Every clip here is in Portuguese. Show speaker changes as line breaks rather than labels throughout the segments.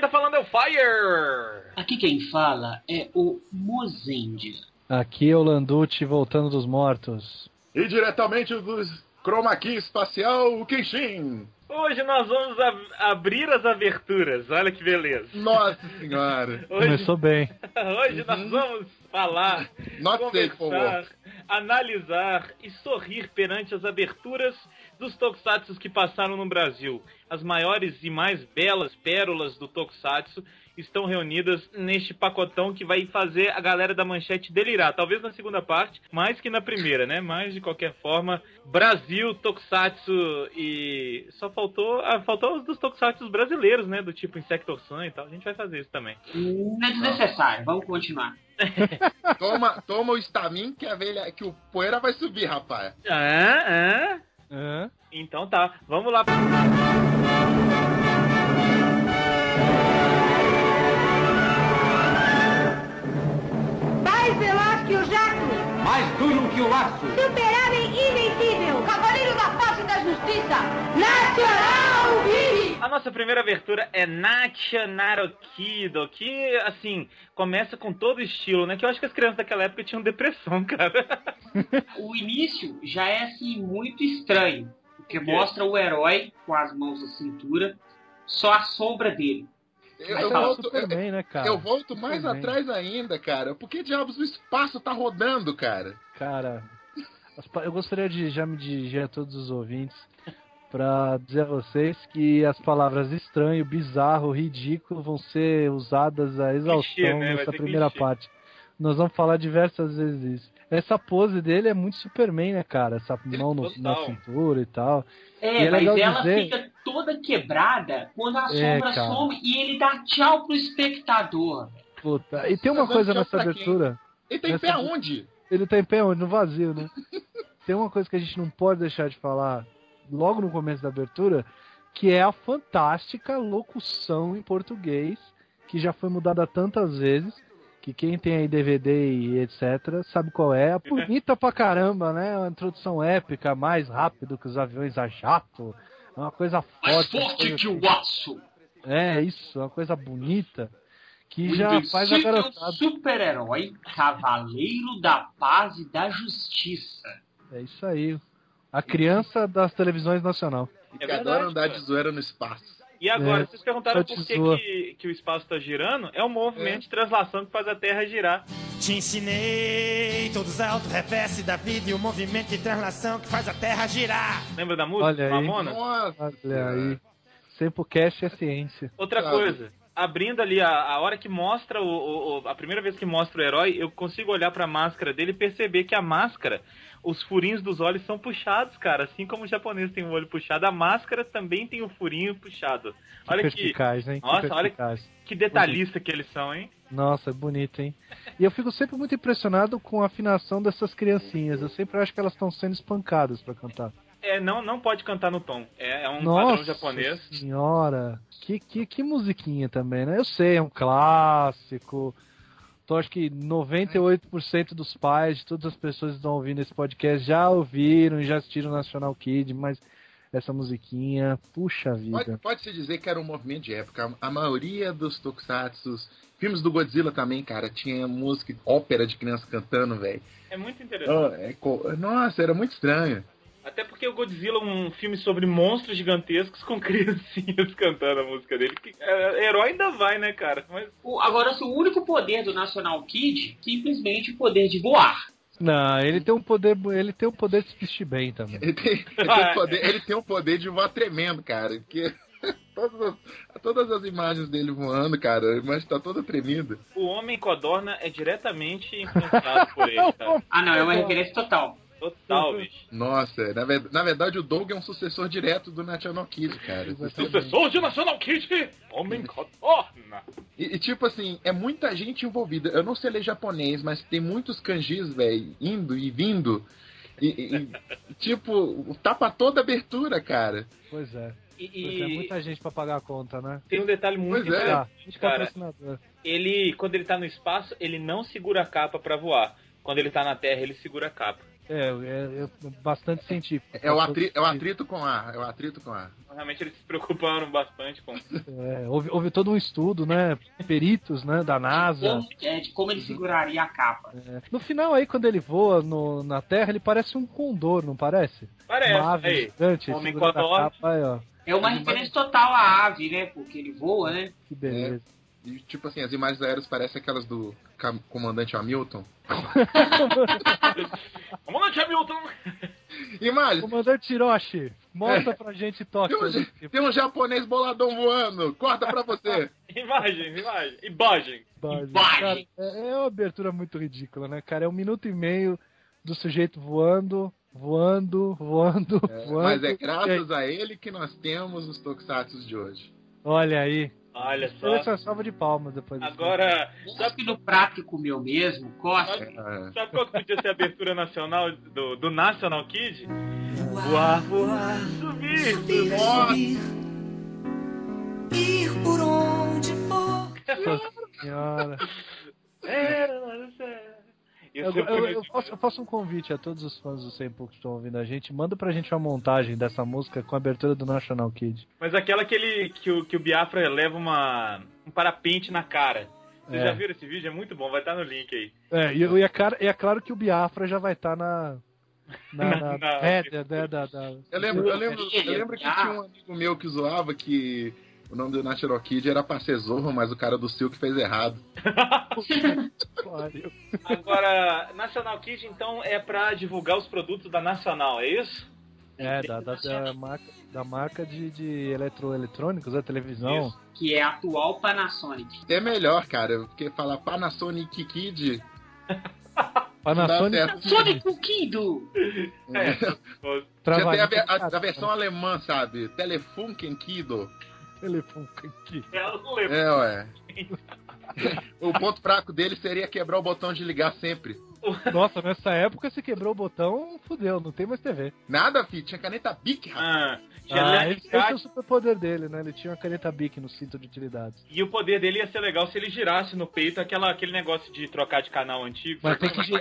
tá é
Aqui quem fala é o Mozendia.
Aqui é o Landucci voltando dos mortos.
E diretamente dos Chroma Key Espacial, o Kenshin.
Hoje nós vamos ab- abrir as aberturas, olha que beleza.
Nossa senhora.
Hoje,
Começou bem.
hoje nós vamos falar,
Not safe for
conversar, analisar e sorrir perante as aberturas dos tokusatsus que passaram no Brasil. As maiores e mais belas pérolas do tokusatsu estão reunidas neste pacotão que vai fazer a galera da manchete delirar. Talvez na segunda parte, mais que na primeira, né? Mas de qualquer forma, Brasil, Tokusatsu e. Só faltou. Ah, faltou os dos Tokusatsu brasileiros, né? Do tipo Insector Sun e tal. A gente vai fazer isso também.
Não é desnecessário, vamos continuar.
Toma, toma o estamin que a velha, que o poeira vai subir, rapaz.
Ah, ah.
Hã?
Então tá, vamos lá.
Mais veloz que o Jaque,
mais duro que o aço,
superável e invencível, cavaleiro da face da justiça, nacional vive!
A nossa primeira abertura é Nacha Narokido, que, assim, começa com todo estilo, né? Que eu acho que as crianças daquela época tinham depressão, cara.
O início já é assim muito estranho, porque mostra o herói com as mãos na cintura, só a sombra dele.
Eu,
Mas
eu
tá
volto,
Super
eu,
bem, né, cara?
eu volto mais
Superman.
atrás ainda, cara. Por que diabos o espaço tá rodando, cara?
Cara, as pa- eu gostaria de já me dirigir a todos os ouvintes pra dizer a vocês que as palavras estranho, bizarro, ridículo vão ser usadas a
Clichê, né?
exaustão
Vai
nessa
ter
primeira
clichê.
parte. Nós vamos falar diversas vezes isso. Essa pose dele é muito Superman, né, cara? Essa mão no- na
total.
cintura e tal.
É,
E é
mas
legal
ela
dizer-
fica toda quebrada quando a
É,
sombra
cara.
some e ele dá tchau pro espectador.
Puta. E tem uma
Mas
coisa
vamos
nessa
pra quem?
abertura.
Ele tem
Essa-
pé aonde?
É
Ele tá em pé onde? No vazio, né? Tem uma coisa que a gente não pode deixar de falar logo no começo da abertura, que é a fantástica locução em português, que já foi mudada tantas vezes, que quem tem aí DVD e etc, sabe qual é. Bonita pra caramba, né? Uma introdução épica, mais rápido que os aviões a jato. É uma coisa
Mais
forte. uma
forte
coisa- assim.
que o aço.
É, isso, uma coisa bonita. Que
O
já faz a
invencível
garotada.
super-herói, cavaleiro da paz e da justiça.
É isso aí. A criança das televisões nacional.
E
É
que
verdade,
adora andar
cara.
de zoeira no espaço.
E agora,
É,
vocês perguntaram
só
por
te
que,
zoa.
que, que o espaço está girando? É um movimento de translação que faz a Terra girar.
Te ensinei todos os auto-reverse da vida e o movimento de translação que faz a terra girar.
Lembra da música?
Olha aí.
Mamona?
Nossa,
É.
Olha aí. Sempocast é ciência.
Outra
Sabe.
coisa, abrindo ali a, a hora que mostra o, o- o- a primeira vez que mostra o herói, eu consigo olhar pra máscara dele e perceber que a máscara, os furinhos dos olhos são puxados, cara. Assim como o japonês tem o olho puxado, a máscara também tem o furinho puxado.
Que
Olha que,
perspicaz, hein?
Nossa,
que
olha-
perspicaz.
que detalhista que eles são, hein?
Nossa, bonito, hein? E eu fico sempre muito impressionado com a afinação dessas criancinhas. Eu sempre acho que elas estão sendo espancadas pra cantar.
É, não, não pode cantar no tom. É, é um
Nossa
padrão japonês.
senhora! Que, que, que musiquinha também, né? Eu sei, é um clássico. Então acho que 98% dos pais, de todas as pessoas que estão ouvindo esse podcast, já ouviram e já assistiram National Kid, mas essa musiquinha, puxa vida.
Pode, se dizer que era um movimento de época. A maioria dos tokusatsus, filmes do Godzilla também, cara, tinha música, ópera de criança cantando, velho.
É muito interessante.
Ah, é co- Nossa, era muito estranho.
Até porque o Godzilla é um filme sobre monstros gigantescos com criancinhas cantando a música dele. Que, é, herói ainda vai, né, cara? Mas
O- agora, assim, o único poder do National Kid, simplesmente o poder de voar.
Não,
Hum.
ele tem um poder, ele tem um poder de se vestir bem também.
Ele tem, ele
Ah, é.
tem, um, poder, ele tem um poder de voar tremendo, cara. Porque todas as, todas as imagens dele voando, cara, a imagem tá toda tremida.
o Homem Codorna é diretamente influenciado por ele, cara.
Ah, não, é uma referência total.
Total, bicho.
Nossa, na, ver- na verdade o Doug é um sucessor direto do National Kid, cara.
Sucessor de National Kid, Homem Codorna.
E, e, tipo assim, é muita gente envolvida. Eu não sei ler japonês, mas tem muitos kanjis, velho, indo e vindo. E, e- e, tipo, tapa toda a abertura, cara.
Pois é.
E,
Pois é,
e
muita gente pra pagar a conta, né?
tem um detalhe muito
Pois é.
interessante,
Gente
cara.
patrocinador.
Ele, quando ele tá no espaço, ele não segura a capa pra voar. Quando ele tá na Terra, ele segura a capa.
É, é, é bastante científico.
É o, atri- é o atrito com ar, é o atrito com ar.
Então, Realmente eles se preocuparam bastante com.
É, houve, houve todo um estudo, né? Peritos, né? Da
Então-
NASA.
Como- é, de como ele seguraria a capa.
No final aí, quando ele voa no- na Terra, ele parece um condor, não parece?
Parece,
Uma ave
É, aí.
gigante,
Homem
segurando a
condor.
capa, aí, ó.
É uma referência total à ave, né? Porque ele voa, né?
Que beleza.
E, tipo assim, as imagens aéreas parecem aquelas do cam- comandante Hamilton.
Comandante Hamilton!
E, Miles,
Comandante Hiroshi, mostra pra gente
tem
Tóquio.
um, tem um japonês boladão voando. Corta pra você.
Imagens, imagens. Imagens.
Base.
Base.
Cara, é é uma abertura muito ridícula, né, cara? É um minuto e meio do sujeito voando, voando, voando, voando.
Mas é
E aí,
graças a ele que nós temos os Tokusatsu de hoje.
Olha aí.
Olha
Olha
só.
essa salva de palmas depois disso.
Agora,
Sabe que no prato que comeu mesmo,
É,
Costa,
é.
sabe qual que podia ser a abertura nacional do, do National Kid? Voar, voar, subir, subir.
ir por onde for.
é
Nossa senhora.
Era, mano, sério.
Eu,
Isso é
eu- eu
bonito.
faço, eu faço um convite a todos os fãs do Sempul que estão ouvindo a gente. Manda pra gente uma montagem dessa música com a abertura do National Kid.
Mas aquela que, ele, que, o, que o Biafra leva uma, um parapente na cara. Vocês
É.
já viram esse vídeo? É muito bom, vai estar no link aí.
É, e, e é, claro, e é claro que o Biafra já vai estar na. Na, na,
Na- na-
é, da- da- da- da-
Eu lembro, eu lembro, eu lembro que tinha um amigo meu que zoava que o nome do Natural Kid era pra ser Zorro, mas o cara do Silk fez errado.
Pariu.
Agora, National Kid, então, é pra divulgar os produtos da Nacional, é isso?
É, da, da, da marca, da marca de, de eletroeletrônicos, da televisão.
Isso.
que é a atual Panasonic.
É melhor, cara, porque falar Panasonic Kid
Panasonic
Dá
Sonic Kido!
É.
já tem a,
trabalha
ve- a- a versão alemã, sabe? Telefunken Kido.
telefone aqui.
Ela não lembra.
É, ué. o ponto fraco dele seria quebrar o botão de ligar sempre.
Nossa, nessa época se quebrou o botão, fudeu, não tem mais TV.
Nada, fi, tinha caneta Bic, rapaz.
Ah, tinha
Ah,
Leandro
esse, esse é
Castro,
o superpoder dele, né? Ele tinha uma caneta Bic no cinto de utilidades.
E o poder dele ia ser legal se ele girasse no peito aquela, aquele negócio de trocar de canal antigo.
Mas tem que gi-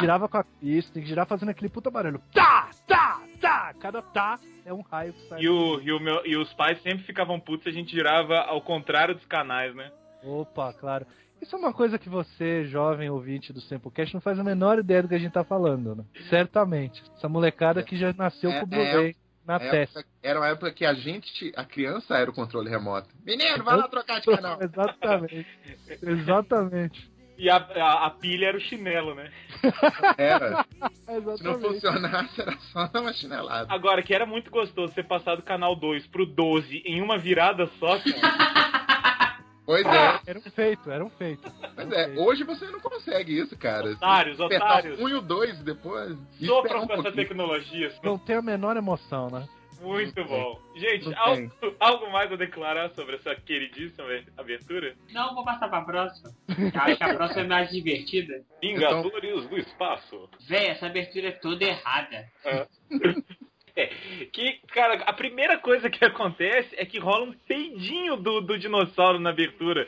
girava com a isso, tem que girar fazendo aquele puta barulho. Tá, tá, tá. Cada tá é um raio que sai.
E, o, e, o meu, e os pais sempre ficavam putos se a gente girava ao contrário dos canais, né?
Opa, claro. Isso é uma coisa que você, jovem ouvinte do Samplecast, não faz a menor ideia do que a gente tá falando, né? Certamente. Essa molecada que já nasceu
É,
com o Blu-ray na
É,
testa.
Era uma época que a gente, a criança era o controle remoto. Menino, vai lá trocar de canal.
Exatamente. Exatamente.
E a, a, a pilha era o chinelo, né?
Era. Se não
Exatamente.
funcionasse, era só uma chinelada.
Agora, que era muito gostoso você passar do canal 2 pro 12 em uma virada só, cara.
Pois é,
Era um feito, era um feito.
pois é. Hoje você não consegue isso, cara.
Otários,
Apertar
otários.
o 1 e o 2 depois. e esperar
Sopram
um
com essa
pouquinho.
tecnologia.
Não tem a menor emoção, né?
Muito
Não
bom. Gente,
Não
algo, algo mais a declarar sobre essa queridíssima abertura?
Não, vou passar pra próxima. Eu acho que a próxima é mais divertida.
Então-
Vingadores do espaço.
Véi, essa abertura é toda errada.
Que, cara, a primeira coisa que acontece é que rola um peidinho do, do dinossauro na abertura.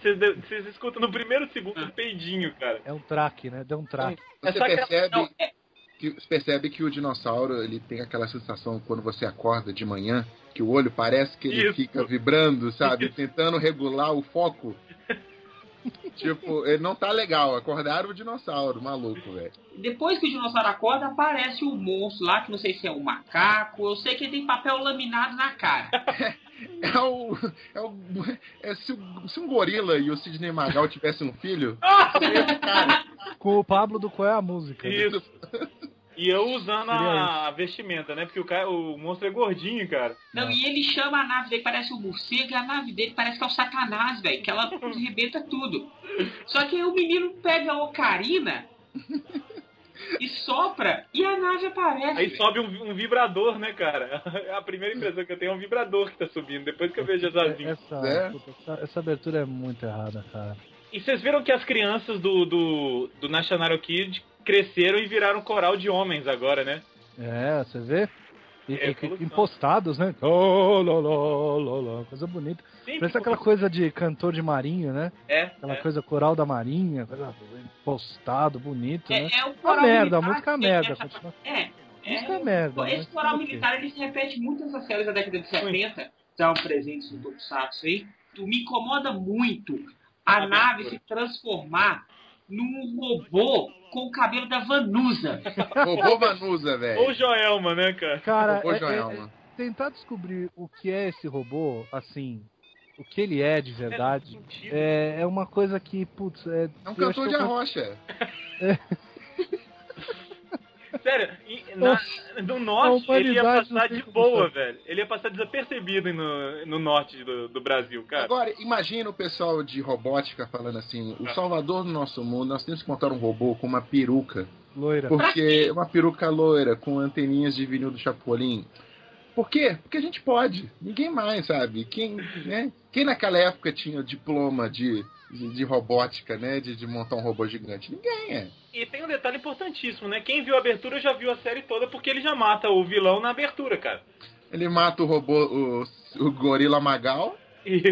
Vocês de- Vocês escutam no primeiro segundo
Ah.
um peidinho, cara.
É um traque, né? Deu um traque.
Você
Essa
percebe,
Não, é,
que, você percebe que o dinossauro ele tem aquela sensação quando você acorda de manhã, que o olho parece que ele
Isso.
fica vibrando, sabe? Tentando regular o foco. tipo, ele não tá legal. Acordaram o dinossauro, maluco, velho.
depois que o dinossauro acorda, aparece o monstro lá, que não sei se é um macaco. Eu sei que ele tem papel laminado na cara.
É o. É o é se, o- se um gorila e o Sidney Magal tivessem um filho,
Com o Pablo do Qual é a Música. né?
Isso. E eu usando
Seria
a, a vestimenta, né? Porque o, cara, o monstro é gordinho, cara.
Não, e ele chama a nave dele, parece um morcego, e a nave dele parece que é o satanás, velho, que ela arrebenta tudo. Só que aí o menino pega a ocarina e sopra, e a nave aparece.
Aí sobe um, um vibrador, né, cara? A primeira impressão que eu tenho é um vibrador que tá subindo, depois que eu vejo as asinhas.
Essa,
É.
puta, essa, essa abertura é muito errada, cara.
E vocês viram que as crianças do, do, do National Kid cresceram e viraram coral de homens agora, né?
É, você vê? E,
É,
e-
evolução.
impostados, né? Ó, lá, lá, lá, lá, coisa bonita.
Sempre
Parece é aquela
com-
coisa de cantor de marinho, né?
É,
Aquela
é.
coisa coral da marinha, coisa impostado, bonito, né?
É, é o
Uma
coral
merda, a
militar
música é
que tem
merda.
essa-
Continua.
É,
Música
é.
é merda.
Esse
mas
coral
tudo ok.
militar ele se repete muito nessas séries da década de 70, estão presentes no Tokusatsu aí. Tu me incomoda muito a
Ah,
nave
bem,
se transformar num robô com o cabelo da Vanusa.
Robô Vanusa,
Ou
velho.
Joelma, né, cara?
Cara,
Robô
é- é-
Joelma.
tentar descobrir o que é esse robô, assim, o que ele é de verdade,
sentido.
é, é uma coisa que, putz, é.
É um
eu acho
cantor
que
de
eu-
arrocha.
É, Sério, e na- no norte
a
ele ia
humanidade
passar
não
de
tem
boa,
condição.
velho. Ele ia passar desapercebido no, no norte do, do Brasil, cara.
Agora, imagina o pessoal de robótica falando assim: o salvador do nosso mundo, nós temos que montar um robô com uma peruca.
Loira.
Porque uma peruca loira com anteninhas de vinil do Chapolin. Por quê? Porque a gente pode. Ninguém mais, sabe? Quem, né? Quem naquela época tinha o diploma de, de, de robótica, né? De, de montar um robô gigante? Ninguém é.
E tem um detalhe importantíssimo, né? Quem viu a abertura já viu a série toda porque ele já mata o vilão na abertura, cara.
Ele mata o robô, o, o gorila Magal
Isso.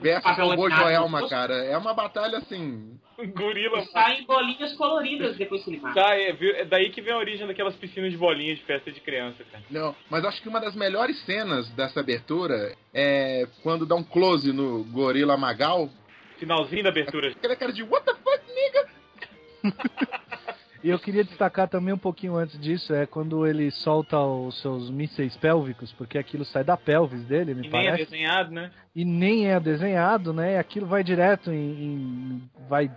versus o robô
Avalonado.
Joelma, cara. É uma batalha assim.
O gorila.
Saem bolinhas coloridas depois que ele mata.
Tá, é, viu? É daí que vem a origem daquelas piscinas de bolinha de festa de criança, cara.
Não, mas acho que uma das melhores cenas dessa abertura é quando dá um close no gorila Magal.
Finalzinho da abertura.
Aquela cara de what the fuck, nigga?
E eu queria destacar também um pouquinho antes disso, é quando ele solta os seus mísseis pélvicos, porque aquilo sai da pelvis dele, me
E nem é
parece.
desenhado, né?
e nem é desenhado, né? E aquilo vai direto em, em- vai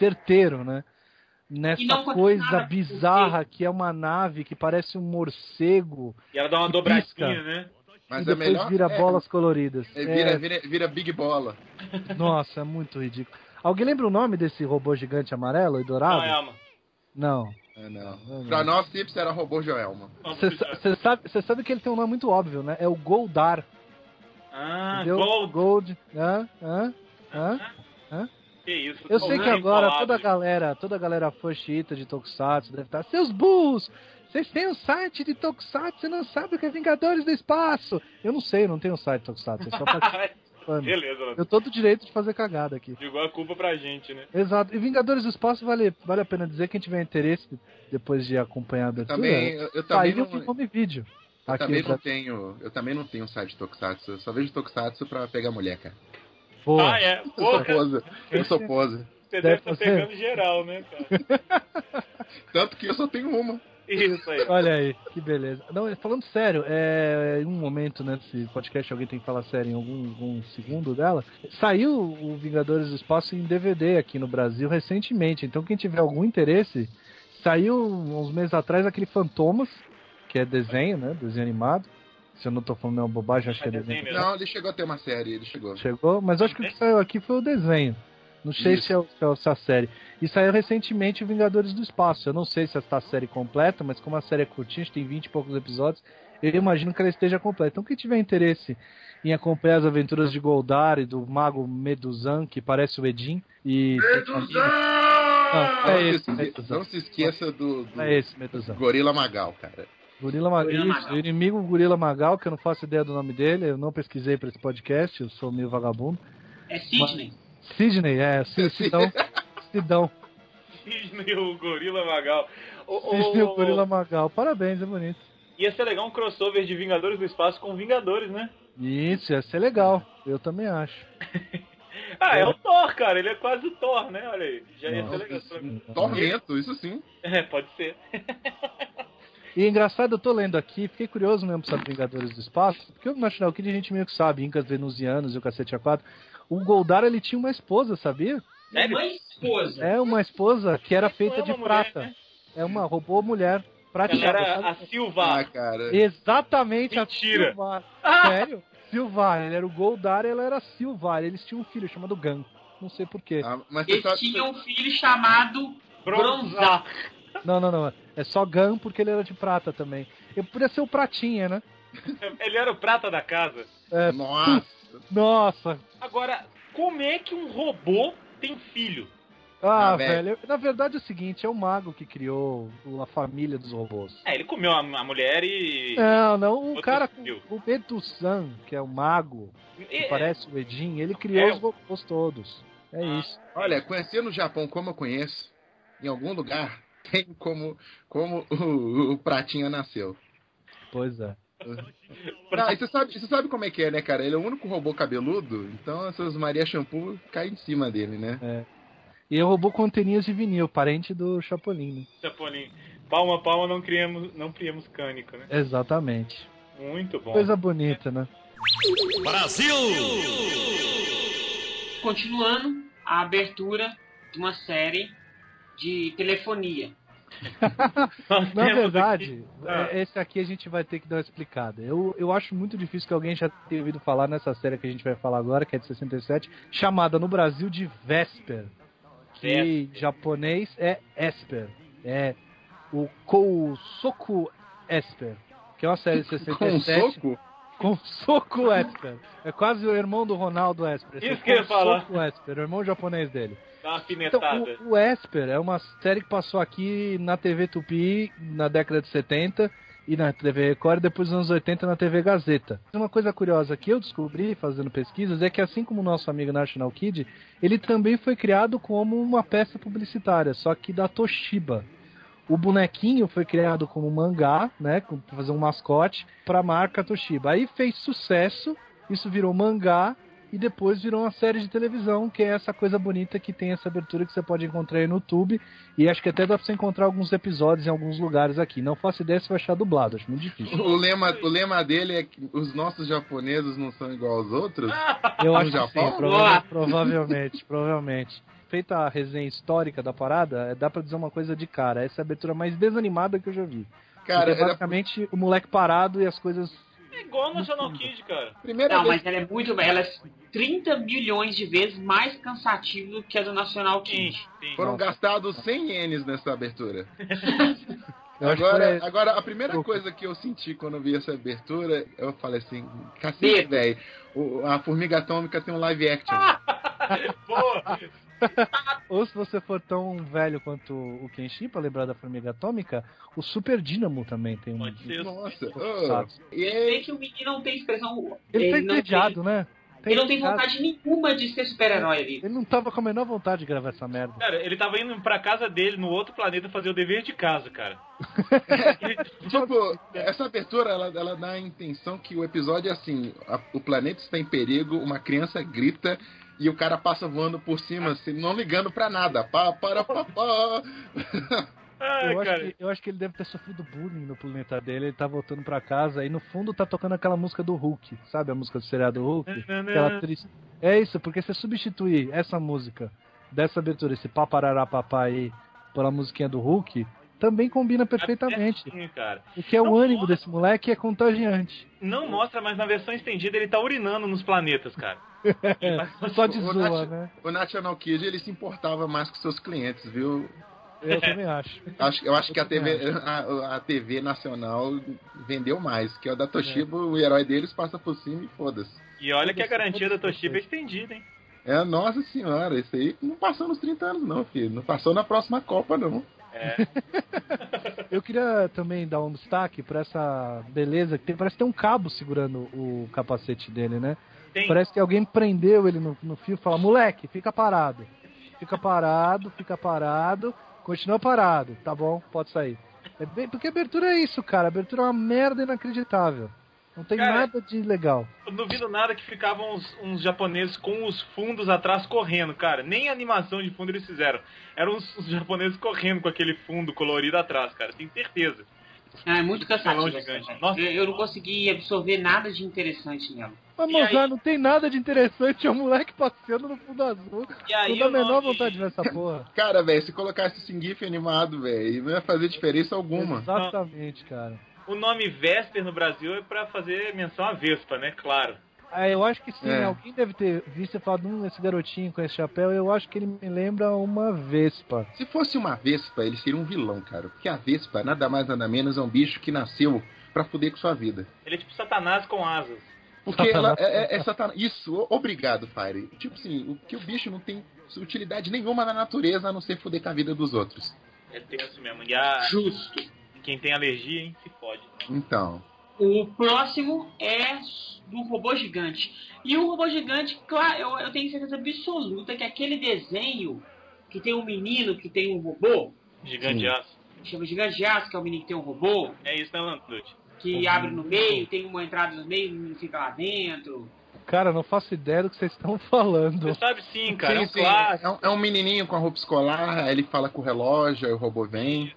certeiro, né?
E
Nessa
não acontece
coisa
nada,
bizarra que é uma nave que parece um morcego
E ela dá uma
Que
dobradinha,
pisca.
né?
Mas
e
é
depois
melhor.
vira
é,
bolas coloridas.
é, vira, vira, vira Big Bola.
É, nossa, é muito ridículo. Alguém lembra o nome desse robô gigante amarelo e dourado?
Ah, é.
Joelma.
Não.
É, não.
Não,
Pra
não.
nós, Tips era robô Joelma.
Vamos
Você
puxar.
sa- você sabe, você sabe que ele tem um nome muito óbvio, né? É o Goldar.
Ah,
entendeu?
Gold.
Hã? Hã? Hã?
Que isso. é
Eu sei
Gold
que agora
enrolado.
toda a galera, toda a galera fã xiita de Tokusatsu deve estar. Seus burros! Vocês têm um site de Tokusatsu, você não sabe o que é Vingadores do Espaço! Eu não sei, eu não tenho site de Tokusatsu, eu só participando.
Beleza, ela
Eu tô do direito de fazer cagada aqui.
jogou a culpa pra gente, né?
Exato. E Vingadores do Espaço vale, vale a pena dizer quem tiver interesse, depois de acompanhar a abertura,
Também, eu, eu também
é. saiu
não. é.
o filme vídeo.
Eu
Aqui tá.
também
pra...
não tenho, eu também não tenho um site Tokusatsu, eu só vejo Tokusatsu pra pegar mulher, cara.
Boa.
Ah, é.
Eu sou
Porra,
posa, eu sou posa.
você deve
Deve
estar
ser.
pegando geral, né, cara?
Tanto que eu só tenho uma.
Isso aí.
Olha aí, que beleza. Não, falando sério, é, em um momento né, desse podcast, alguém tem que falar sério em algum, algum segundo dela. Saiu o Vingadores do Espaço em DVD aqui no Brasil recentemente. Então, quem tiver algum interesse, saiu uns meses atrás aquele Fantomas, que é desenho, né? Desenho animado. Se eu não tô falando uma bobagem, acho que é
É desenho
desenho.
mesmo.
Não, ele chegou a ter uma série, ele chegou.
Chegou, mas acho que o que saiu aqui foi o desenho. Não sei
Isso.
se é, o- se é essa série. E saiu recentemente o Vingadores do Espaço. Eu não sei se essa a série completa, mas como a série é curtinha, acho que tem 20 e poucos episódios, eu imagino que ela esteja completa. Então, quem tiver interesse em acompanhar as aventuras de Goldar e do mago Meduzan, que parece o Edin, e. Não, é esse,
não, se esque-
Meduzan.
não se esqueça do, do
Não é esse, Meduzan.
Gorila Magal, cara.
Gorila Magal.
Gorila
Isso,
Magal.
o inimigo Gorila Magal, que eu não faço ideia do nome dele, eu não pesquisei para esse podcast, eu sou meio vagabundo.
É Sidney.
Sidney, é, Sidão. Sidão.
Cisne e o Gorila Magal. Ô, ô,
Cisne e
ô,
o Gorila Magal. Parabéns, é bonito.
Ia ser legal um crossover de Vingadores do Espaço com Vingadores, né?
Isso, ia ser legal. Eu também acho.
Ah, é o Thor, cara. Ele é quase o Thor, né? Olha aí. Já ia ser
Nossa,
legal. pra mim.
sim.
Tormento, isso sim.
É, pode ser.
E engraçado, eu tô lendo aqui, fiquei curioso mesmo pra saber Vingadores do Espaço, porque eu imagino o que a gente meio que sabe, Incas Venusianos e o Cacete A4. O Goldar, ele tinha uma esposa, sabia?
Sério?
Mãe e É esposa.
É uma esposa que era feita
Não é
de
uma mulher,
prata.
né?
É uma robô mulher prateada.
Ela era a
sabe?
Ah,
Silva.
cara.
Exatamente
Mentira.
a Silvar.
Ah,
Sério? Silvar, ele era o Goldar e ela era a Silvar. Eles tinham um filho chamado Gan. Não sei porquê.
Ah, mas você
Ele
sabe,
tinha um filho chamado Bronzar.
Não, não, não. É só Gan porque ele era de prata também. Eu podia ser o Pratinha, né?
Ele era o prata da casa.
É,
Nossa.
Nossa,
Agora, como é que um robô tem filho?
Ah,
Ah, velho.
velho. eu- Na verdade é o seguinte, é o mago que criou o- a família dos robôs.
É, ele comeu a, a mulher e.
Não, não, o
Outro
cara, com-
skill.
o Betusan, que é o mago, que
e-
parece o Edin, ele criou
É.
os robôs todos. É
Ah.
isso.
Olha, conhecer no Japão como eu conheço, em algum lugar tem como, como o, o Pratinha nasceu.
Pois é.
Não, e você sabe, você sabe como é que é, né, cara? Ele é o único robô cabeludo, então essas Maria Shampoo caem em cima dele, né?
E eu roubou com anteninhas de vinil, parente do Chapolin, né?
Chapolin. é, Palma, palma, não criamos, não criamos cânico, né?
Exatamente.
Muito bom.
Coisa bonita, né?
Continuando a abertura de uma série de telefonia.
Nós
Na
temos aqui-
verdade,
Ah.
é- esse aqui a gente vai ter que dar uma explicada. Eu, eu acho muito difícil que alguém já tenha ouvido falar nessa série que a gente vai falar agora, que é de 67, chamada no Brasil de Vesper. Que em japonês é Esper. É o Kousoku Esper. Que é uma série de
Com um
67
soco?
com Soku Esper. É quase o irmão do Ronaldo Esper.
Isso que eu ia falar.
Soku Esper, o irmão japonês dele.
Dá uma
Então,
pinetada.
o, o Esper é uma série que passou aqui na TV Tupi na década de 70 e na TV Record, depois nos anos 80 na TV Gazeta. Uma coisa curiosa que eu descobri fazendo pesquisas é que, assim como o nosso amigo National Kid, ele também foi criado como uma peça publicitária, só que da Toshiba. O bonequinho foi criado como mangá, né, com- pra fazer um mascote, para a marca Toshiba. Aí fez sucesso, isso virou mangá, e depois virou uma série de televisão, que é essa coisa bonita que tem essa abertura que você pode encontrar aí no YouTube. E acho que até dá pra você encontrar alguns episódios em alguns lugares aqui. Não faço ideia se vai achar dublado, acho muito difícil.
O lema, o lema dele é que os nossos japoneses não são igual aos outros.
Ah!
Eu
No
acho que
Japão?
sim, prova- provavelmente, provavelmente. Feita a resenha histórica da parada, eh, dá pra dizer uma coisa de cara. Essa é a abertura mais desanimada que eu já vi.
Cara,
Porque é
era a
basicamente o moleque parado e as coisas.
É igual no National Kid, cara.
primeira
Não,
vez.
mas ela é muito. Ela é 30 milhões de vezes mais cansativa do que a do Nacional
Sim,
Kid.
sim.
Foram
Nossa.
gastados 100 ienes nessa abertura.
Eu acho que
agora,
foi-
agora, a primeira
Pouco.
coisa que eu senti quando eu vi essa abertura, eu falei assim, cacete,
Medo.
velho, o- a Formiga Atômica tem um live action.
Boa.
Ou se você for tão velho quanto o Kenshin, pra lembrar da Formiga Atômica, o Super Dínamo também tem um.
Pode ser.
Nossa,
um
ô,
Tokusatsu.
e
Sei
é-
que o menino não tem expressão.
Ele, tá
não
entediado, né? Tá
Ele não tem
entediado.
vontade nenhuma de ser super-herói ali.
Ele não tava com a menor vontade de gravar essa merda.
Cara, ele tava indo pra casa dele, no outro planeta, fazer o dever de casa, cara.
tipo, essa abertura, ela, ela dá a intenção que o episódio é assim, a- o planeta está em perigo, uma criança grita e o cara passa voando por cima, assim, não ligando pra nada. Pá, para, pá, pá.
Ai,
eu, acho
Ah, cara.
que, eu acho que ele deve ter sofrido bullying no planeta dele. Ele tá voltando pra casa e no fundo tá tocando aquela música do Hulk. Sabe a música do seriado Hulk? Aquela triste. É isso, porque você substituir essa música dessa abertura, esse paparará papá aí, pela musiquinha do Hulk, também combina perfeitamente.
Sim, cara.
O que é
Não
o ânimo
pode.
desse moleque é contagiante.
Não mostra, mas na versão estendida ele tá urinando nos planetas, cara. Ele vai-
Só de
o
zoa,
Nath-
né?
O National Kid, ele se importava mais com seus clientes, viu?
Eu também acho.
Acho, eu acho que a TV, a, a TV nacional vendeu mais, que é o da Toshiba, o herói deles passa por cima e foda-se.
E olha que a
Foda-se,
garantia da
foda-se
Toshiba é
vocês.
estendida, hein?
É, nossa senhora, isso aí não passou nos 30 anos não, filho. Não passou na próxima Copa, não.
Eu queria também dar um destaque pra essa beleza que tem. Parece que tem um cabo segurando o capacete dele, né?
Tem.
Parece que alguém prendeu ele no, no fio e fala: moleque, fica parado. Fica parado, fica parado, continua parado. Tá bom, pode sair. É bem- porque abertura é isso, cara. Abertura é uma merda inacreditável. Não tem
Cara,
nada de legal.
Eu duvido nada que ficavam uns, uns japoneses com os fundos atrás correndo, cara. Nem animação de fundo eles fizeram. Eram os, os japoneses correndo com aquele fundo colorido atrás, cara. Tenho certeza.
Ah, é muito
Tá
cansativo.
Telão gigante.
essa,
Nossa.
velho. Eu, eu não consegui absorver nada de interessante nela.
Mas,
E
mozão,
aí?
não tem nada de interessante. É um moleque passeando no fundo azul.
E aí,
Não dá a
o nome-
menor vontade de ver essa porra.
Cara, velho, se colocasse isso em GIF animado, velho, não ia fazer diferença alguma.
Exatamente, cara.
O nome Vesper no Brasil é pra fazer menção à Vespa, né? Claro.
Ah, eu acho que sim,
É.
alguém deve ter visto e falado, hum, esse garotinho com esse chapéu, eu acho que ele me lembra uma Vespa.
Se fosse uma Vespa, ele seria um vilão, cara. Porque a Vespa, nada mais nada menos, é um bicho que nasceu pra fuder com sua vida.
Ele é tipo Satanás com asas.
Porque ela é, é, é satana- Isso, o- obrigado, Fire. Tipo assim, o que o bicho não tem utilidade nenhuma na natureza a não ser fuder com a vida dos outros.
É tenso mesmo. E a,
Justo.
quem tem alergia, hein, se fode.
Então,
O próximo é do robô gigante. E o robô gigante, claro, eu, eu tenho certeza absoluta que aquele desenho que tem um menino que tem um robô,
Gigante
Sim.
aço.
que chama Gigante de Aço, que é o menino que tem um robô,
É isso, né, Landrute?
que abre no meio, tem uma entrada no meio, o menino fica lá dentro.
Cara, não faço ideia do que vocês estão falando.
Você sabe sim, cara. é um
Sim, sim.
clássico.
É um- é um menininho com a roupa escolar, aí ele fala com o relógio, aí o robô vem.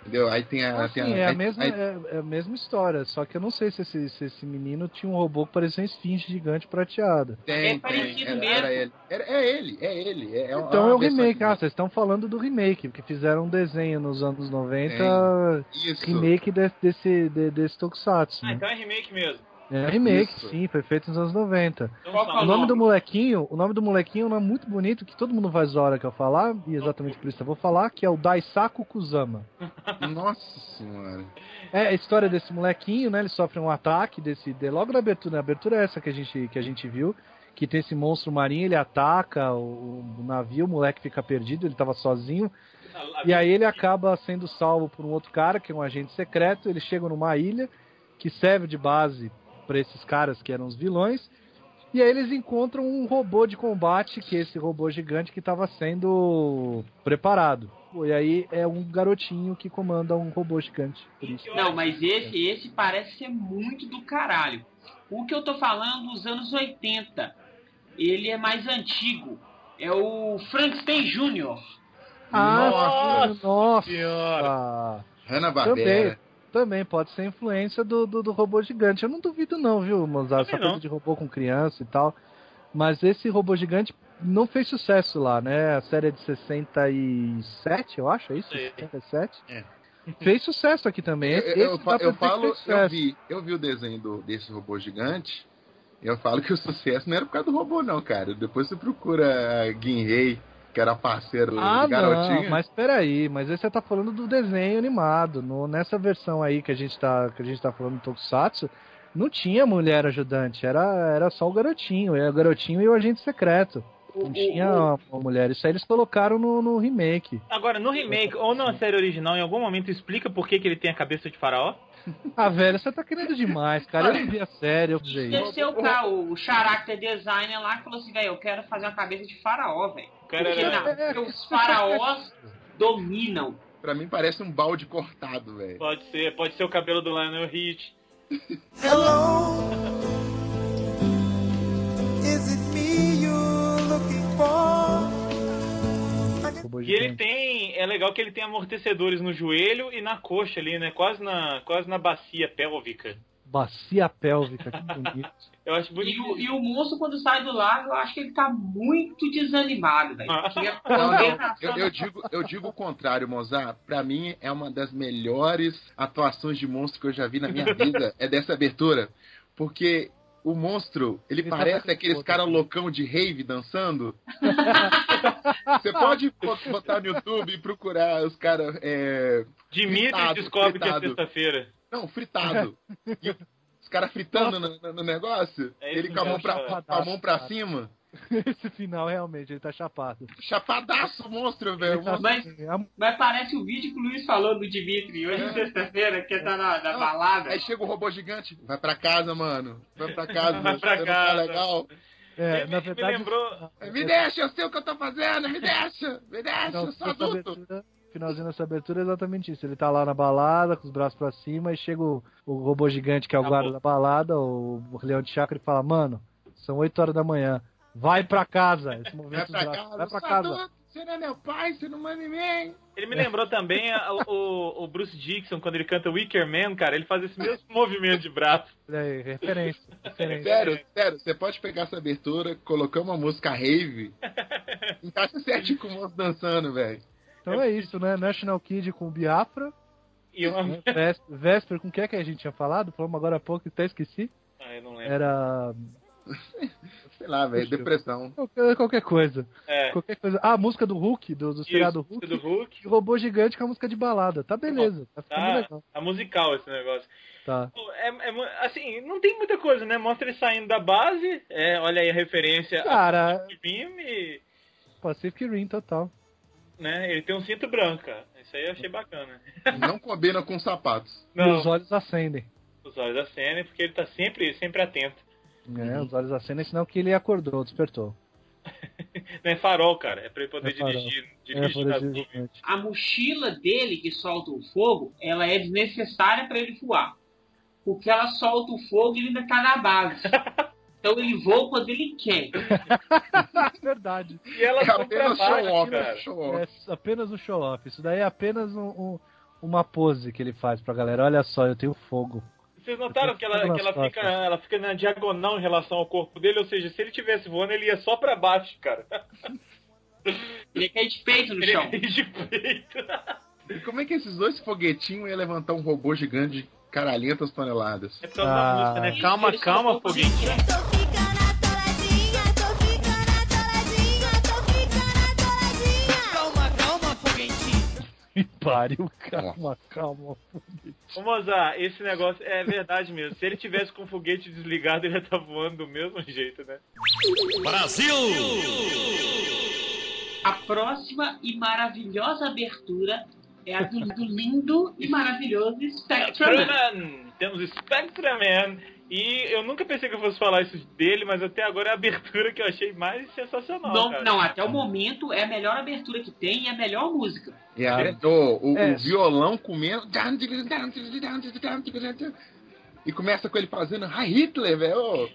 Entendeu? Aí tem a.
Assim,
tem
é, a
aí-
mesma,
aí-
é, é a mesma história, só que eu não sei se esse, se esse menino tinha um robô que parecia um esfinge gigante prateado.
tem,
É
tem,
parecido
era,
mesmo.
era ele. Era- é ele, é ele. É, é uma-
Então
uma
é o
versão
remake.
que-
Ah, vocês estão falando do remake, porque fizeram um desenho nos anos 90,
Isso.
remake de- desse, de, desse Tokusatsu.
Ah,
Né?
então é remake mesmo.
É remake,
Isso.
sim, foi feito nos anos 90.
Então,
Qual que é
O
fala.
nome do molequinho, o nome do molequinho é um nome muito bonito que todo mundo faz na hora que eu falar, e exatamente por isso eu vou falar, que é o Daisaku Kusama.
Nossa senhora.
É a história desse molequinho, né? Ele sofre um ataque desse. de- logo na abertura, na abertura é essa que a gente, que a gente viu. Que tem esse monstro marinho, ele ataca o, o navio, o moleque fica perdido, ele tava sozinho.
A- a-
E aí ele acaba sendo salvo por um outro cara, que é um agente secreto. Eles chegam numa ilha que serve de base para esses caras que eram os vilões. E aí eles encontram um robô de combate, que é esse robô gigante que estava sendo preparado. E aí é um garotinho que comanda um robô gigante. Por isso.
Não, mas esse, esse parece ser muito do caralho. O que eu tô falando dos anos 80. Ele é mais antigo. É o Frankenstein Jr.
Ah,
Nossa
sim, nossa!
Senhora!
Também,
Hanna Barbera.
também pode ser influência do, do, do robô gigante. Eu não duvido não, viu, Mozart? Essa
Também
coisa
não.
de robô com criança e tal. Mas esse robô gigante não fez sucesso lá, né? A série é de 67, eu acho, é isso?
Sei.
67?
É.
Fez sucesso aqui também.
Eu,
Esse,
eu, eu
esse dá pra
fa- eu
dizer que
falo,
fez
eu
sucesso.
vi, eu vi o desenho do- desse robô gigante. Eu falo que o sucesso não era por causa do robô, não, cara. Depois você procura a Guinhei, que era parceiro
Ah,
do garotinho.
não, mas peraí, mas aí você tá falando do desenho animado. No, nessa versão aí que a gente tá, que a gente tá falando do Tokusatsu, não tinha mulher ajudante, era, era só o garotinho, era o garotinho e o agente secreto.
O-
Não
o-
tinha
o-
uma mulher, isso aí eles colocaram no, no remake.
Agora, no remake ou na série original, em algum momento explica por que, que ele tem a cabeça de faraó?
Ah, velho, você tá querendo demais, cara. Eu não vi a série, eu
Isso
sei.
deve ser o, cara,
um-
o character designer lá que falou assim, velho, eu quero fazer uma cabeça de faraó, velho.
O cara
Porque
era
na- porque os faraós dominam.
Pra mim parece um balde cortado, velho.
Pode ser, pode ser o cabelo do Lionel Rich.
Hello. Is it me you're looking for?
Robô
E ele
gigante.
tem. É legal que ele tem amortecedores no joelho e na coxa ali, né? Quase na, quase na bacia pélvica.
Bacia pélvica, que bonito.
Eu acho
E o,
bonito.
e o monstro, quando sai do lago, eu acho que ele tá muito desanimado, velho.
Ah.
Porque tá, a
Não, não,
condenação
Eu, eu digo, eu digo o contrário, Mozart. Pra mim, é uma das melhores atuações de monstro que eu já vi na minha vida. É dessa abertura. Porque o monstro, ele
Ele tá
parece
com
aqueles
foda.
caras loucão de rave dançando. Você pode bo- botar no YouTube e procurar os caras. é,
Dimitri
Fritado,
descobre que é
fritado.
sexta-feira.
Não, fritado. E os caras fritando no, no- no negócio.
É
ele
isso
com a mão
mesmo,
pra,
cara.
com a mão pra
Cara.
cima.
Esse final, realmente, ele tá chapado.
Chapadaço o monstro, velho. O
Ele tá-
monstro-
Mas, mas parece o vídeo que o Luiz falou do Dimitri hoje, sexta-feira, que tá na, na
É. Não,
balada.
Aí chega o robô gigante, vai pra casa, mano. Vai pra casa,
Vai
mano.
pra
Você não
casa.
Tá legal. É,
É,
Me-
na
me
verdade,
lembrou-
Me deixa, eu sei o que eu tô fazendo, me deixa, me deixa,
Não,
eu sou
essa
adulto.
abertura, finalzinho dessa abertura é exatamente isso. Ele tá lá na balada, com os braços pra cima, e chega o, o robô gigante que é o
Acabou.
guarda da balada, o, Leão de Chakra, e fala, mano, são 8 horas da manhã, vai pra casa. Esse
Vai
movimento dos
pra
braços,
casa,
vai
eu sou
pra casa.
adulto. Você não é meu pai, você não manda em mim.
Ele me lembrou também a- o, o Bruce Dixon, quando ele canta Wicker Man, cara, ele faz esse mesmo movimento de braço.
Olha aí, referência, referência.
Sério, sério, você pode pegar essa abertura, colocar uma música rave, encaixa certinho com o moço dançando, velho.
Então é isso, né? National Kid com o Biafra,
E uma...
né? Ves- Vesper, com o que é que a gente tinha falado? Falamos agora há pouco, até esqueci.
Ah, eu não lembro.
Era
Sei lá, velho,
Puxa.
depressão.
qualquer, qualquer coisa.
É.
Qualquer coisa. Ah, a música do Hulk, do, do seriado
Isso,
Hulk.
do Hulk.
E robô gigante com a música de balada. Tá beleza, tá ficando
Tá,
legal.
tá musical esse negócio.
Tá.
Pô, É, é mu- assim, não tem muita coisa, né? Mostra ele saindo da base, é, olha aí a referência a
Cara,
Beam e
Pacific Rim total.
né? Ele tem um cinto branco, cara. Isso aí eu achei bacana.
Não combina com sapatos.
E os olhos acendem.
os olhos da cena, porque ele tá sempre, sempre atento.
É,
Uhum.
os olhos acendem, é sinal que ele acordou, despertou.
Não é farol, cara. É pra ele poder
É farol.
dirigir,
É,
dirigir
por
nas
exemplo,
nuvens.
A mochila dele que solta o fogo, ela é desnecessária para ele voar. Porque ela solta o fogo e ele ainda tá na base. Então ele voa quando ele quer.
Ah, Verdade.
E ela
É
são pra
apenas show
baixo,
off,
cara.
é show off.
É apenas um show-off. Isso daí é apenas um- um- uma pose que ele faz pra galera. Olha só, eu tenho fogo.
Vocês notaram que ela, que ela,
Nas
fica,
costas.
ela fica na diagonal em relação ao corpo dele, ou seja, se ele tivesse voando, ele ia só pra baixo, cara.
Ele quer de peito no
Ele
chão.
ia de peito.
E como é que esses dois foguetinhos iam levantar um robô gigante de caralhentas toneladas?
É por causa
Ah.
da música, né? Calma,
é um
calma, foguinho.
Tô ficando atoladinha, tô ficando atoladinha, tô ficando atoladinha.
Calma, calma, foguetinho.
E pariu, calma, calma.
Ô, Mozart, esse negócio é verdade mesmo. Se ele tivesse com o foguete desligado, ele ia estar voando do mesmo jeito, né?
A próxima e maravilhosa abertura é a do, do lindo e maravilhoso Spectrum. Man.
Spectrum! Temos Spectrum Man. E eu nunca pensei que eu fosse falar isso dele, mas até agora é a abertura que eu achei mais sensacional.
Não,
cara.
não, até o momento é a melhor abertura que tem e a melhor música.
E É a, o, o-
É.
o violão comendo. E começa com ele fazendo Hi Hitler, velho. Ô,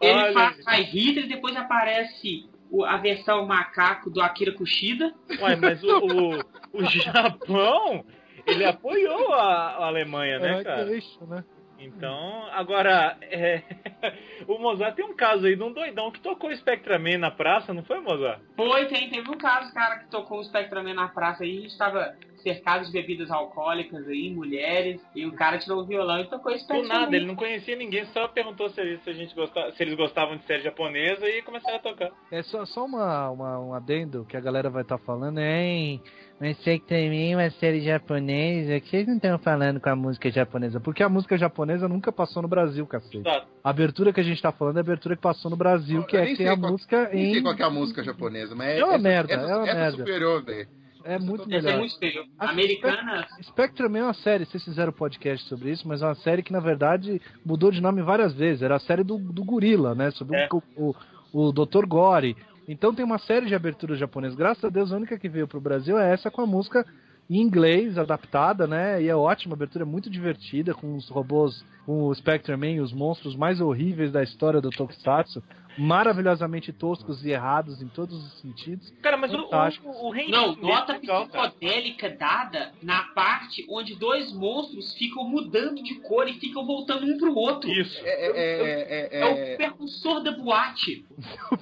Ele
Olha
faz a Hitler e depois aparece o- a versão macaco do Akira Kushida.
Ué, mas o, o, o Japão, ele apoiou a, a Alemanha, né,
que
cara?
lixo, né?
Então, agora, é, o Mozart tem um caso aí de um doidão que tocou o Spectraman na praça, não foi, Mozart?
Foi, tem, teve um caso, cara, que tocou o Spectrum Man na praça aí, estava cercado de bebidas alcoólicas aí, mulheres, e o cara tirou o violão e tocou o
Do
Spectrum
nada,
Man.
ele não conhecia ninguém, só perguntou se, se a gente gostava, se eles gostavam de série japonesa e começaram a tocar.
É só, só uma, uma- um adendo que a galera vai estar falando, hein? Mas sei que tem uma série japonesa que vocês não estão falando com a música japonesa. Porque a música japonesa nunca passou no Brasil, cacete.
Exato.
A abertura que a gente tá falando é a abertura que passou no Brasil,
Eu
que é
nem
tem
sei
a
qual-
música
Não sei
em.
qual que é a música japonesa, mas
É uma
essa-
merda,
essa,
é uma
essa
merda.
superior, velho.
É muito
Essa é
melhor.
muito feio.
Assim,
Americana,
Spectrum é uma série, vocês fizeram podcast sobre isso, mas é uma série que na verdade mudou de nome várias vezes. Era a série do, do Gorila, né? Sobre
É.
o, o, o Dr. Gore. Então tem uma série de aberturas japonesas. Graças a Deus, a única que veio pro Brasil é essa com a música em inglês, adaptada, né? E é ótima, a abertura é muito divertida, com os robôs, com o Spectrum Man e os monstros mais horríveis da história do Tokusatsu. Maravilhosamente toscos e errados em todos os sentidos.
Cara, mas o,
Fantástico.
o, o Renjin
Não,
dele é
nota
legal, cara.
psicodélica dada na parte onde dois monstros ficam mudando de cor e ficam voltando um pro outro.
Isso.
É, é, é,
É,
é,
o percussor da boate.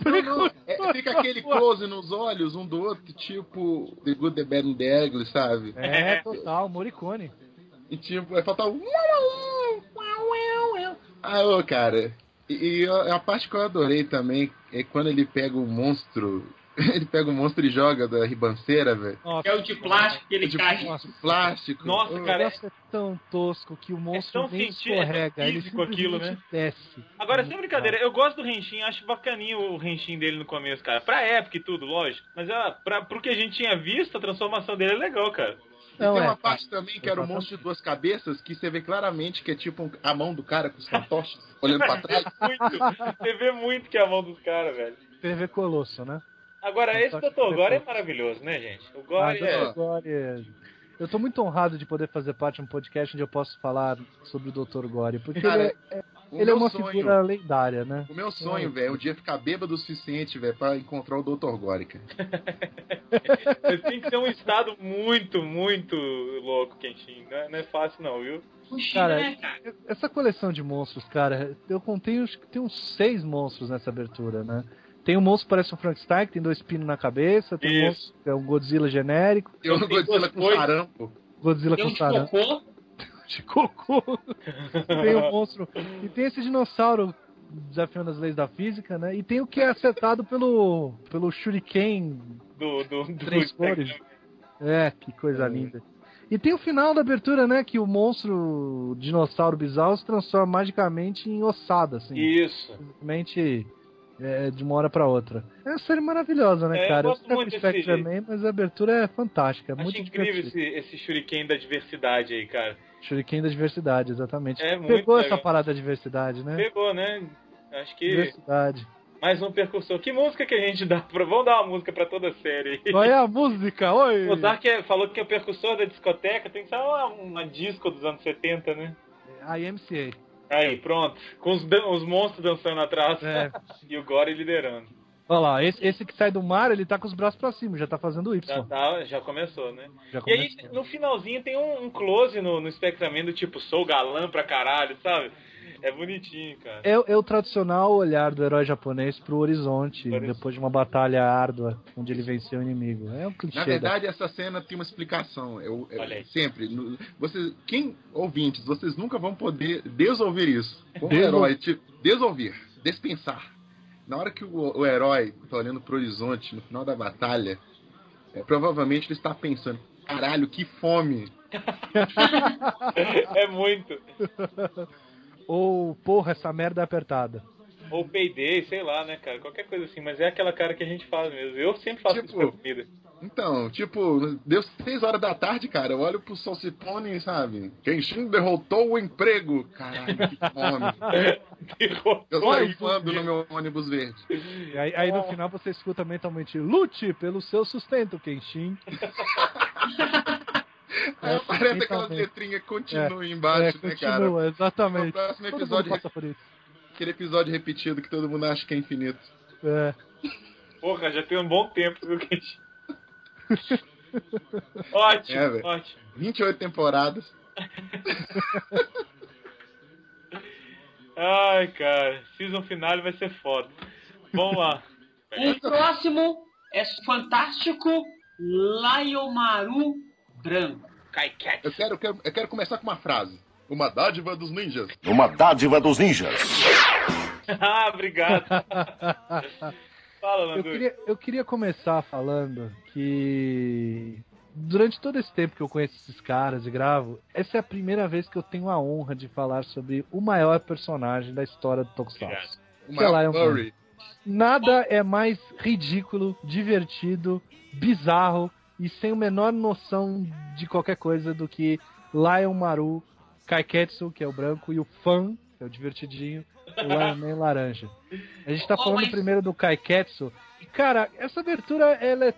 é- não, não, é- Fica aquele close nos olhos um do outro, tipo The Good, The Bad and The Ugly, sabe?
É, total, Morricone.
E tipo, vai faltar um. Ah, ô, cara. E, e a a parte que eu adorei também é quando ele pega o monstro. Ele pega o monstro e joga da ribanceira, velho.
Que é o de plástico que ele
De
cai.
Nossa,
Plástico.
Nossa,
Ô,
O
cara,
negócio é tão tosco que o monstro
tão
nem
científico, é tão
escorrega, ele
físico
simplesmente
aquilo, né?
desce.
Agora,
Muito
sem brincadeira, eu gosto do Renshin, acho bacaninho o Renshin dele no começo, cara. Pra época e tudo, lógico. Mas ah, pra, pro que a gente tinha visto, a transformação dele é legal, cara.
E
Não,
tem
é, cara.
uma parte também que era o
Exatamente.
monstro de duas cabeças que você vê claramente que é tipo um- a mão do cara com os fantoches olhando pra trás.
Muito. Você vê muito que é a mão dos caras, velho.
PV Colosso, né?
Agora,
Eu
esse
só
Dr.
que
Gore é
depois-
maravilhoso, né, gente? O
Ah,
Gore é...
Dr. Gore. Eu tô muito honrado de poder fazer parte de um podcast onde eu posso falar sobre o Dr. Gore, porque
Cara,
ele, é-
O
ele é
meu
uma
sonho-
figura lendária, né?
O meu sonho,
Hum.
velho, é um dia ficar bêbado o suficiente, velho, pra encontrar o Dr. Górica.
Mas tem que ter um estado muito, muito louco, Kenshin. Não é, não é fácil, não, viu?
Puxa,
Cara,
né, cara?
Essa coleção de monstros, cara, eu contei acho que tem uns seis monstros nessa abertura, né? Tem um monstro que parece um Frankenstein, que tem dois pinos na cabeça, tem um
Isso.
monstro que é um Godzilla genérico,
Eu não
tem
Godzilla
duas
com
coisas.
sarampo.
Godzilla
Tem
com
um de
sarampo.
cocô.
de cocô. tem o monstro. E tem esse dinossauro desafiando as leis da física, né? E tem o que é acertado pelo, pelo Shuriken.
Do, do, do
Três cores. É, que coisa linda. E tem o final da abertura, né? Que o monstro dinossauro bizarro se transforma magicamente em ossada, assim.
Isso.
Simplesmente é, de uma hora pra outra. É uma série maravilhosa, né,
É, eu
cara?
gosto
sei que
muito
é Spectre
desse-
também, mas a abertura é fantástica. É
Acho
muito
incrível
divertido.
esse, esse shuriken da diversidade aí, cara.
Shuriken da diversidade, exatamente.
É muito
Pegou essa
legal.
parada da diversidade, né?
Pegou, né? Acho que
Diversidade.
mais um percursor. Que música que a gente dá? Pra... Vamos dar uma música pra toda a série.
Qual é a música? Oi!
O Dark é- falou que é o percursor da discoteca, tem que ser uma, uma disco dos anos 70, né?
IMCA.
Aí, pronto. Com os, dan- os monstros dançando atrás
É.
e o Gore liderando.
Olha lá, esse, esse que sai do mar, ele tá com os braços pra cima, já tá fazendo Y.
Já, tá- já começou, né?
Já
E aí,
começou.
no finalzinho, tem um, um close no, no Spectraman do tipo, sou galã pra caralho, sabe? É bonitinho, cara.
É, é o tradicional olhar do herói japonês pro horizonte,
Horizonte.
depois de uma batalha árdua, onde ele venceu o inimigo. É um clichê.
Na verdade, essa cena tem uma explicação. Eu, eu-
Olha aí.
sempre. no- vocês, quem ouvintes, vocês nunca vão poder desouvir isso. Como
Desou-
herói, tipo, desouvir, despensar. Na hora que o, o herói está olhando pro horizonte no final da batalha, é, provavelmente ele está pensando: caralho, que fome!
é muito.
da... Ou, porra, essa merda é apertada.
Ou peidei, sei lá, né, cara? Qualquer coisa assim. Mas é aquela cara que a gente faz mesmo. Eu sempre faço isso
Tipo-
com comida.
Então, tipo, deu seis horas da tarde, cara. Eu olho pro Salsipone, sabe? Kenshin derrotou o emprego. Caralho, que fome. Eu saí voando no meu ônibus verde.
E aí, aí no final você escuta mentalmente, lute pelo seu sustento, Kenshin.
Aí
É,
aparece aquelas
perfeitamente.
letrinhas continua
É,
embaixo, né, cara?
continua, exatamente.
No próximo
Todo mundo
episódio-
passa por isso.
Aquele episódio repetido que todo mundo acha que é infinito.
É.
Porra, já tem um bom tempo, viu, gente? ótimo,
É, velho.
ótimo.
28 temporadas.
Ai, cara. Season final vai ser foda. Vamos lá.
O próximo é fantástico Laiomaru Branco. Kaiket.
Eu quero, eu quero, eu quero começar com uma frase. Uma dádiva dos ninjas.
Uma dádiva dos ninjas.
ah, obrigado. Fala,
Eu
Landu.
queria, eu queria começar falando que durante todo esse tempo que eu conheço esses caras e gravo, essa é a primeira vez que eu tenho a honra de falar sobre o maior personagem da história do Tokusatsu.
Uma
Sei lá, é um-
furry.
Nada é mais ridículo, divertido, bizarro e sem a menor noção de qualquer coisa do que Lion Maru, Kaiketsu, que é o branco, e o Fan, que é o divertidinho, o Lion Man laranja. A gente tá
Oh,
falando
mas-
primeiro do Kaiketsu. E, cara, essa abertura, ela é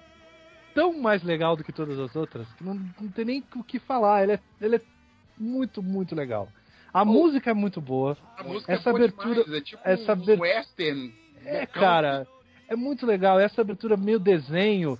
tão mais legal do que todas as outras que não, não tem nem o que falar. Ela é, ela é muito, muito legal.
Oh.
A música é muito boa.
A música
Essa
é boa
abertura-
demais, É tipo
essa
um
abertura-
western.
É,
Então,
local.
cara, é muito legal. Essa abertura meio desenho.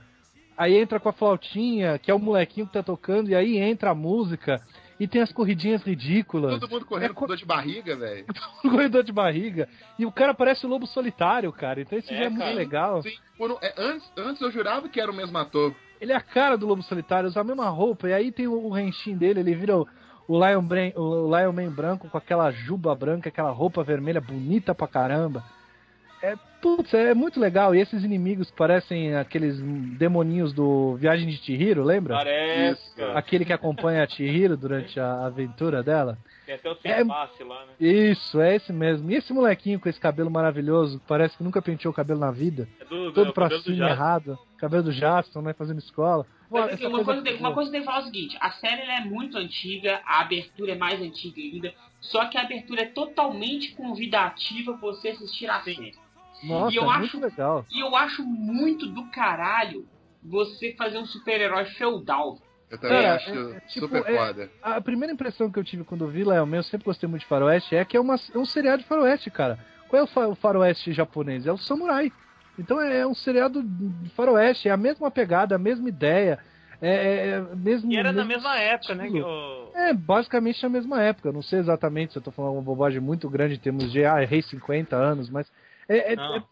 Aí entra com a flautinha, que é o molequinho que tá tocando, e aí entra a música, e tem as corridinhas ridículas,
Todo mundo correndo
É co- É
com dor de barriga, velho.
o corredor de barriga, e o cara parece o lobo solitário, cara. Então isso
É,
já é muito
cara.
legal.
Sim, por um- é, antes, antes eu jurava que era o mesmo ator.
Ele é a cara do lobo solitário, usa a mesma roupa, e aí tem o, o Henshin dele, ele vira o, o, Lion Bran- o Lion Man branco com aquela juba branca, aquela roupa vermelha bonita pra caramba. É, putz, é muito legal. E esses inimigos parecem aqueles demoninhos do Viagem de Chihiro, lembra?
Parece,
Isso.
Ah, é, cara.
Aquele que acompanha a Chihiro durante a aventura dela.
Tem até o
É-
sem face lá, né?
Isso, é esse mesmo. E esse molequinho com esse cabelo maravilhoso, que parece que nunca penteou o cabelo na vida,
É do,
todo
do
pra
cabelo do
cima,
Jato.
errado. Cabelo do Jaston, né, fazendo escola.
Mas, assim,
Essa
uma, coisa, tem- uma
boa.
coisa que eu tenho que falar é o seguinte: a série ela é muito antiga, a abertura é mais antiga ainda, só que a abertura é totalmente convidativa pra você assistir a série.
Nossa,
E eu
é
acho-
muito legal.
E eu acho muito do caralho você fazer um super-herói feudal.
Eu também
Cara,
acho
é- é tipo,
super
é-
foda.
A primeira impressão que eu tive quando vi Lion Man, eu sempre gostei muito de faroeste, é que é, uma, é um seriado de faroeste, cara. Qual é o, fa- o faroeste japonês? É o samurai. Então é, é um seriado de faroeste, é a mesma pegada, a mesma ideia, é, é, é mesmo...
E era na
mesmo-
mesma época, né? Que
estilo.
o...
É, basicamente na mesma época. Eu Não sei exatamente se eu tô falando uma bobagem muito grande em termos de, ah, errei 50 anos, mas é, é-
Não.
é-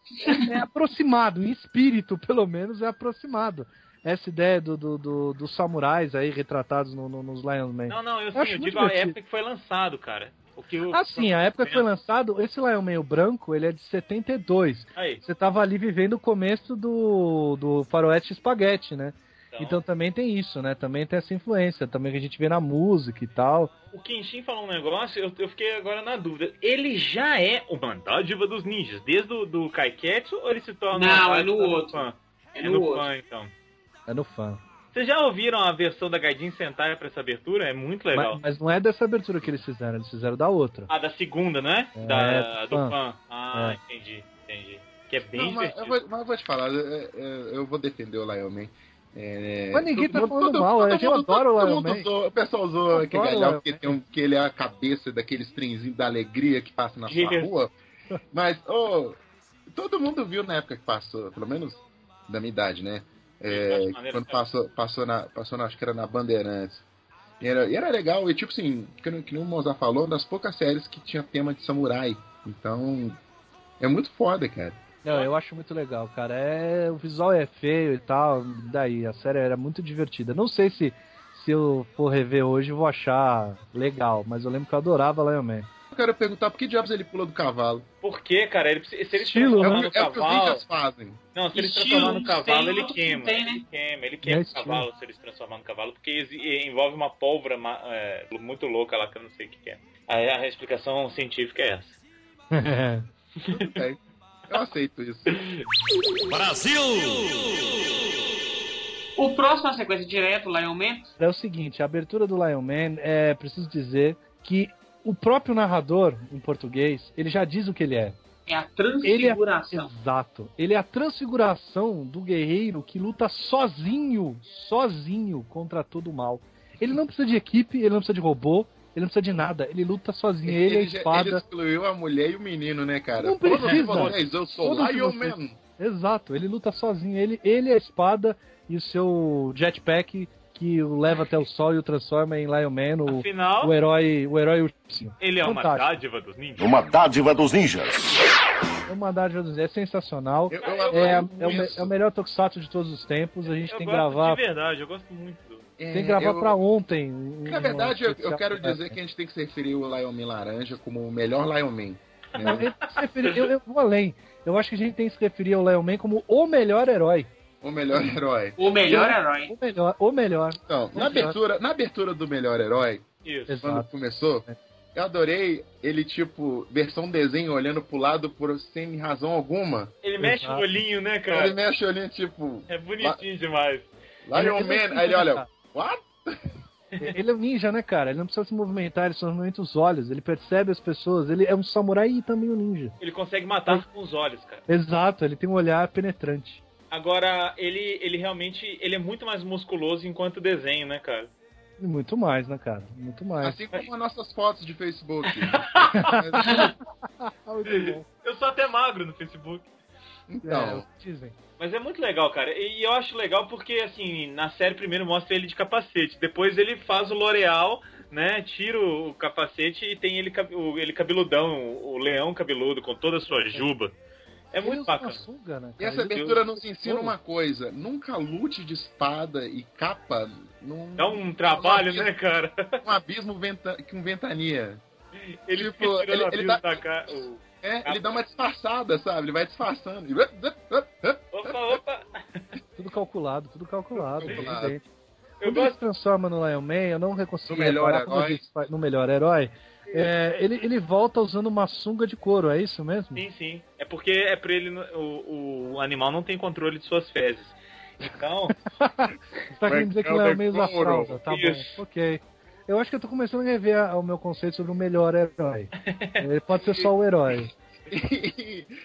é aproximado, em espírito, pelo menos, é aproximado. Essa ideia do, do- do- dos samurais aí retratados no- no- nos Lion Man.
Não, não, eu
acho
sim, eu
muito
digo a
divertido.
época que foi lançado, cara. O que o...
Ah, sim, a época que foi lançado, esse Lion Man o branco, ele é de 72.
Aí,
Você tava ali vivendo o começo do, do faroeste espaguete, né?
tá.
Então também tem isso, né? Também tem essa influência, também que a gente vê na música e tal.
O Kenshin falou um negócio, eu, eu fiquei agora na dúvida. Ele já é uma dádiva dos ninjas, desde o do Kaiketsu, ou ele se torna
Não,
uma
é no
dádiva do
outro.
Pan?
É
É
no
no
outro.
Pan, então.
É no fã.
Vocês já ouviram a versão da Gaidin Sentai pra essa abertura? É muito legal.
Mas, mas não é dessa abertura que eles fizeram, eles fizeram da outra.
Ah, da segunda, não é?
É,
da, do
Pan.
Pan. Ah,
É.
entendi, entendi. Que é bem
Não, mas, eu
divertido.
vou, mas eu vou te falar, eu, eu- eu vou defender o Lion Man. É,
Mas ninguém tá
todo-
falando
todo-
mal,
todo
é que eu
mundo-
adoro o
todo
Lion
mundo
Man.
zoa- O pessoal
Eu
zoa
adoro
aquele
o
galhão
Lion
porque,
Man.
tem um, porque ele é a cabeça daqueles trenzinhos da alegria que passa na sua
Gênio.
rua. Mas, ô, todo mundo viu na época que passou, pelo menos da minha idade, né? É,
Eu acho maneiro,
quando
cara.
passou, passou, na, passou na, acho que era na Bandeirantes. E era, e era legal, e tipo assim, que, nem- que nem o Mozart falou, uma das poucas séries que tinha tema de samurai. Então, é muito foda, cara.
Não, eu acho muito legal, cara. É, o visual é feio e tal. Daí, a série era muito divertida. Não sei se, se eu for rever hoje eu vou achar legal, mas eu lembro que eu adorava Lion Man.
Eu quero perguntar por que diabos ele pula do cavalo.
Por quê, cara? Ele, precisa- se ele se
Estilo, né?
transformar
é,
no
o que- é o que os
cavalo.
ninjas fazem.
Não, se ele se
Estilo,
transformar no
um
cavalo,
tem,
ele
outro
queima.
tem, né?
Ele queima, ele queima
É
o
estilo.
cavalo se ele se transformar no cavalo, porque exi- envolve uma pólvora ma- é, muito louca lá que eu não sei o que que é. Aí a explicação científica é essa.
Tudo bem. Eu aceito isso.
O próximo é uma sequência direto, Lion Man.
é o seguinte, a abertura do Lion Man, é, preciso dizer que o próprio narrador, em português, ele já diz o que ele é.
É a
Ele é-
transfiguração.
Exato. Ele é a transfiguração do guerreiro que luta sozinho, sozinho contra todo o mal. Ele não precisa de equipe, ele não precisa de robô, ele não precisa de nada. Ele luta sozinho, ele, é a
já-
espada.
ele excluiu a mulher e o menino, né, cara?
Não
Todos
precisa.
vocês, eu sou
Todos
Lion
vocês.
Man.
Exato, ele luta sozinho. Ele, ele é a espada e o seu jetpack que o leva até o sol e o transforma em Lion Man, o,
Afinal,
o herói, o herói ursinho.
ele é uma
fantástico.
dádiva dos ninjas.
Uma dádiva dos ninjas.
É uma dádiva dos- é sensacional.
Eu, eu
É, é, o,
adoro
me-
isso.
é o melhor Tokusatsu de todos os tempos. A gente
Eu
tem que
gosto
gravar
de verdade, eu gosto muito. do-
É,
Tem que gravar
eu-
pra ontem. um-
Na verdade, eu, eu
um-
quero dizer que a gente tem que se referir ao Lion Man laranja como o melhor Lion Man.
Não,
né?
eu, se referir- eu- eu vou além. Eu acho que a gente tem que se referir ao Lion Man como o melhor herói.
O melhor herói.
O melhor herói.
O melhor, o melhor.
Então, na abertura, na abertura do melhor herói,
Isso.
quando
Exato.
começou, eu adorei ele, tipo, versão desenho, olhando pro lado por sem razão alguma.
Ele mexe
Exato.
o olhinho, né,
Ele
cara?
mexe olhando, tipo,
É bonitinho demais.
Lion Man.
assim,
Aí ele
né?
olha,
Ah.
what?
é Ele é um ninja, né, cara? Ele não precisa se movimentar, ele só movimenta os olhos, ele percebe as pessoas, ele é um samurai e também um ninja.
Ele consegue matar com os olhos, cara.
Exato, ele tem um olhar penetrante.
Agora, ele, ele realmente ele é muito mais musculoso enquanto desenho, né, cara?
E muito mais, né, cara? Muito mais.
Assim como as nossas fotos de Facebook.
Ah, muito bom.
Eu sou até magro no Facebook.
Então,
É, dizem.
Mas é muito legal, cara. E eu acho legal porque, assim, na série primeiro mostra ele de capacete, depois ele faz o L'Oreal, né? Tira o capacete e tem ele, cab- o- ele cabeludão, o leão cabeludo, com toda a sua juba. É
Ele
muito
usa uma
bacana.
sunga, né,
e é
cara?
essa
Ele-
abertura nos ensina uma coisa: nunca lute de espada e capa num,
Dá um trabalho, né, cara?
num abismo venta, com ventania.
Ele fica
Tipo,
tirando
ele-
a
ele
ele
dá-
da cara. o-
É, ele dá uma disfarçada, sabe? Ele vai disfarçando. E-
Opa, opa!
Tudo calculado, tudo calculado.
Tudo
Tudo
calculado.
calculado.
Eu
Quando ele
gosto.
se transforma no Lion Man, eu não reconsigo
No melhor
reparar como
herói.
a gente faz- no melhor herói. é, ele, ele volta usando uma sunga de couro, é isso mesmo?
Sim, sim. É porque é pra ele. no- O, o animal não tem controle de suas fezes. Então,
Você tá querendo dizer
é
que o Lion Man usa
Couro.
fralda, tá
Isso.
bom, ok. Eu acho que eu tô começando a rever a- o meu conceito sobre o melhor herói. Ele pode ser só o herói.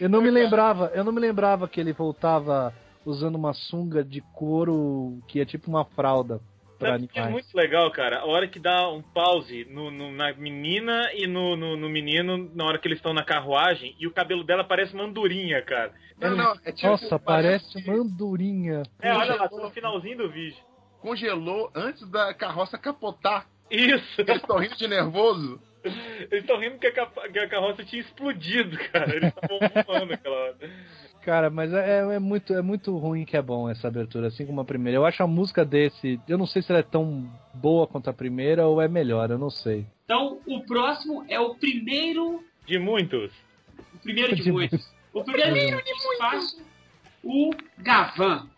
Eu não me lembrava, eu não me lembrava que ele voltava usando uma sunga de couro que é tipo uma fralda pra
sabe o que é
animais.
muito legal, cara. A hora que dá um pause no, no- na menina e no, no, no menino, na hora que eles estão na carruagem, e o cabelo dela parece uma andorinha, cara.
Não, não, é tipo,
Nossa, parece uma andorinha.
É, olha lá, tá
Congelou.
no finalzinho do vídeo.
Congelou antes da carroça capotar.
Isso!
Eles estão rindo de nervoso.
Eles estão rindo que a, capa- que a carroça tinha explodido, cara. Eles estavam voando aquela hora.
Cara, mas é, é muito, é muito ruim que é bom essa abertura, assim como a primeira. Eu acho a música desse, eu não sei se ela é tão boa quanto a primeira ou é melhor, eu não sei.
Então, o próximo é o primeiro
De muitos.
O primeiro de
De
muitos. O primeiro de muitos. Espaço, o Gavan.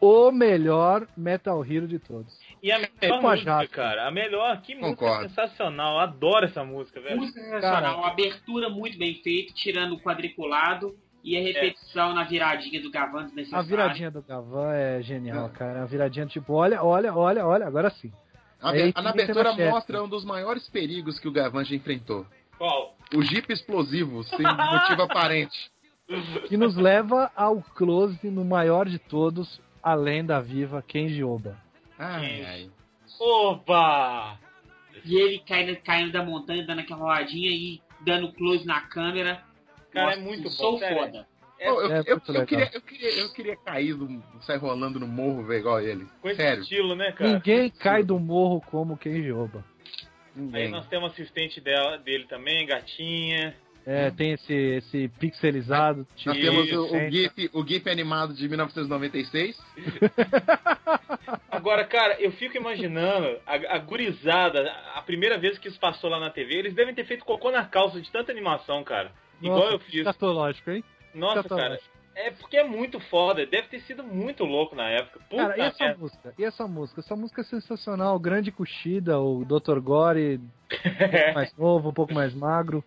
o melhor Metal Hero de todos.
E a melhor
Com Tipo a
música,
Jasper.
cara. A melhor. Que música
Concordo.
sensacional. Adoro essa música, velho.
Música sensacional, abertura muito bem feita, tirando o quadriculado e a
É.
repetição na viradinha do Gavanzo
A
necessário.
viradinha do Gavan é genial,
É.
cara. A viradinha, tipo, olha, olha, olha, olha, agora sim.
A,
É isso
a- na
que tem
abertura
na Chester.
mostra um dos maiores perigos que o Gavan já enfrentou.
Qual?
O Jeep explosivo, sem motivo aparente.
Que nos leva ao close no maior de todos, a lenda viva, Kenji Oba.
Ai, ai.
Oba!
E ele caindo, caindo da montanha, dando aquela rodinha e dando close na câmera.
Cara,
Nossa,
é muito bom,
eu Sou
sério.
foda.
Pô, eu,
é
eu-
muito
eu
legal.
queria, eu, queria, eu queria cair, do- sair rolando no morro, velho, igual ele.
Com esse
Sério.
estilo, né, cara?
Ninguém cai do morro como Kenji Oba.
Aí
Ninguém.
nós temos assistente dela, dele também, gatinha.
É, tem esse, esse pixelizado. Tipo,
Nós temos o, o
senta.
GIF, o GIF animado de 1996.
Agora, cara, eu fico imaginando a, a gurizada, a primeira vez que isso passou lá na TV, eles devem ter feito cocô na calça de tanta animação, cara. Igual
Nossa, tá
eu fiz.
escatológico, hein?
Nossa, cara.
escatológico.
É porque é muito foda. Deve ter sido muito louco na época. Puta
Cara, e essa
merda.
música? E essa música? Essa música é sensacional. Grande Cuxida, o Dr. Gore, um pouco mais novo, um pouco mais magro.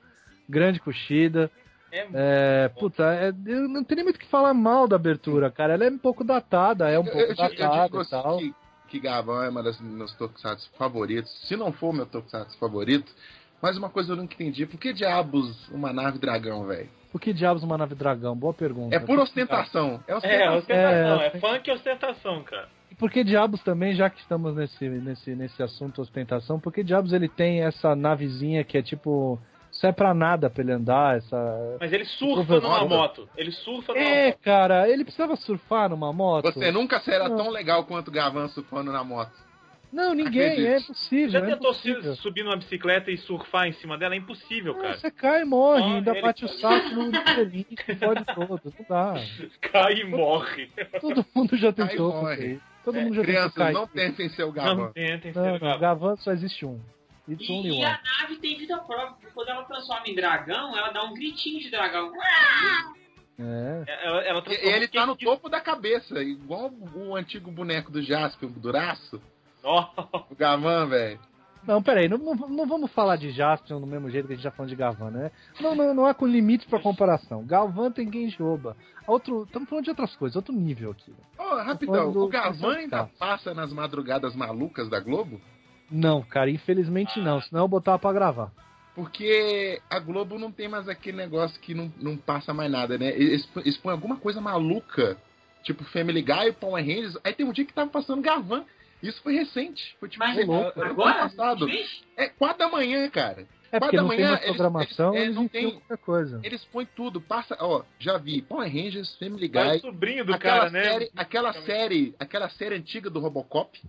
Grande Cuxida.
É,
É, puta, é, eu não tenho nem muito o que falar mal da abertura, cara. Ela é um pouco datada, é um
Eu,
pouco
eu, eu digo
datada e
assim
tal.
que, que Gavan é uma das meus tokusatsu favoritos. Se não for meu tokusatsu favorito, mas uma coisa eu nunca entendi. Por que diabos uma nave dragão, velho?
O que diabos uma nave dragão? Boa pergunta.
É por ostentação. É
é
ostentação.
ostentação.
É,
É, funk e ostentação, cara.
E por que diabos também, já que estamos nesse, nesse, nesse assunto ostentação, por que diabos ele tem essa navezinha que é tipo. Isso é pra nada pra ele andar, essa.
Mas ele
Surfa
surfa numa
nada.
moto. Ele surfa numa
É,
moto.
cara, ele precisava surfar numa moto?
Você nunca será
Não.
tão legal quanto Gavan surfando na moto.
Não, ninguém,
Acredito.
é impossível.
Já
é
tentou se-
impossível.
subir numa bicicleta e surfar em cima dela? É impossível,
Ah,
cara.
Você cai e morre,
Morre,
ainda
ele
bate o
cai.
saco no pelinho, pode todo, não dá.
Cai e morre.
Todo mundo já
Cai e
tentou
morre.
fazer isso. Todo mundo já tentou
Crianças,
cair.
não tentem ser o
Não
Gavan.
tentem
Não,
ser
não,
gato.
Gavan só existe um. It's only
E, e
one.
a nave tem vida própria, porque quando ela transforma em dragão, ela dá um gritinho de dragão.
É.
Ela, ela
E-
transforma
Ele tá no
Kiki-
topo da cabeça, igual o antigo boneco do Jasper, o Duraço,
Ó,
o Gavan, velho.
Não, peraí, não, não- não vamos falar de Jaspion do mesmo jeito que a gente já falando de Gavan, né? Não, não, não há com limite pra comparação. Gavan tem Genjoba. Outro, estamos falando de outras coisas, outro nível aqui.
Ô, rapidão,
Quando-
o Gavan ainda
Tá.
passa nas madrugadas malucas da Globo?
Não, cara, infelizmente não, senão eu botava pra gravar.
Porque a Globo não tem mais aquele negócio que não, não passa mais nada, né? Eles, eles põem alguma coisa maluca, tipo Family Guy, Power Rangers. Aí tem um dia que tava passando Gavan. Isso foi recente. Foi tipo
Mas
foi louco, foi
agora?
ano passado.
Gente,
É 4 da manhã, cara.
É
Mas
porque
da
não tem
manhã
mais
eles-
programação,
eles- é,
eles
não
enfiam
tem-
qualquer coisa.
Eles põem tudo, passa, ó, já vi, Power Rangers, Family
é o
Guy.
sobrinho do
aquela
cara, né?
série, aquela série, aquela série antiga do Robocop.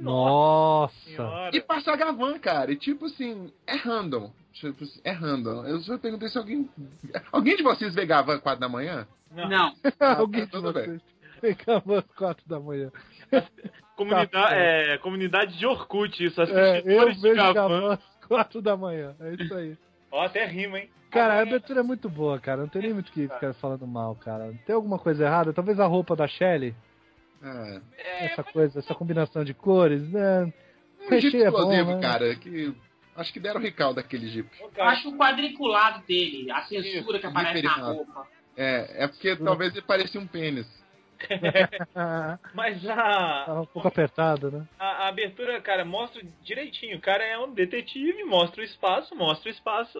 Nossa!
Senhora.
E passa Gavan, cara. E tipo assim, é random. Tipo assim, é random. Eu só perguntei se alguém. Alguém de vocês vê Gavan 4 da manhã?
Não.
Não,
Ah,
Alguém
tá,
de
tudo
vocês pegava às quatro da manhã.
Comunida-
Tá, tá.
é, comunidade de Orkut, isso.
É, eu
Assistidores
vejo
de Gavan.
Gavan às quatro da manhã, é isso aí.
Ó, até rima, hein?
Cara, a abertura é muito boa, cara. Não tem nem muito o que ficar falando mal, cara. Tem alguma coisa errada? Talvez a roupa da Shelly,
Ah,
É, essa coisa, essa combinação de cores, né?
um
Peixe
jeep
é bom,
explosivo,
né?
cara. Que... Acho que deram recal daquele jeep.
Ô,
eu
cara,
acho o quadriculado dele, a censura que aparece na
diferenciado.
roupa.
É, é porque talvez ele parecia um pênis.
Tava
Mas a,
um pouco apertada, né?
a, a abertura, cara, mostra direitinho. O cara é um detetive, mostra o espaço, mostra o espaço.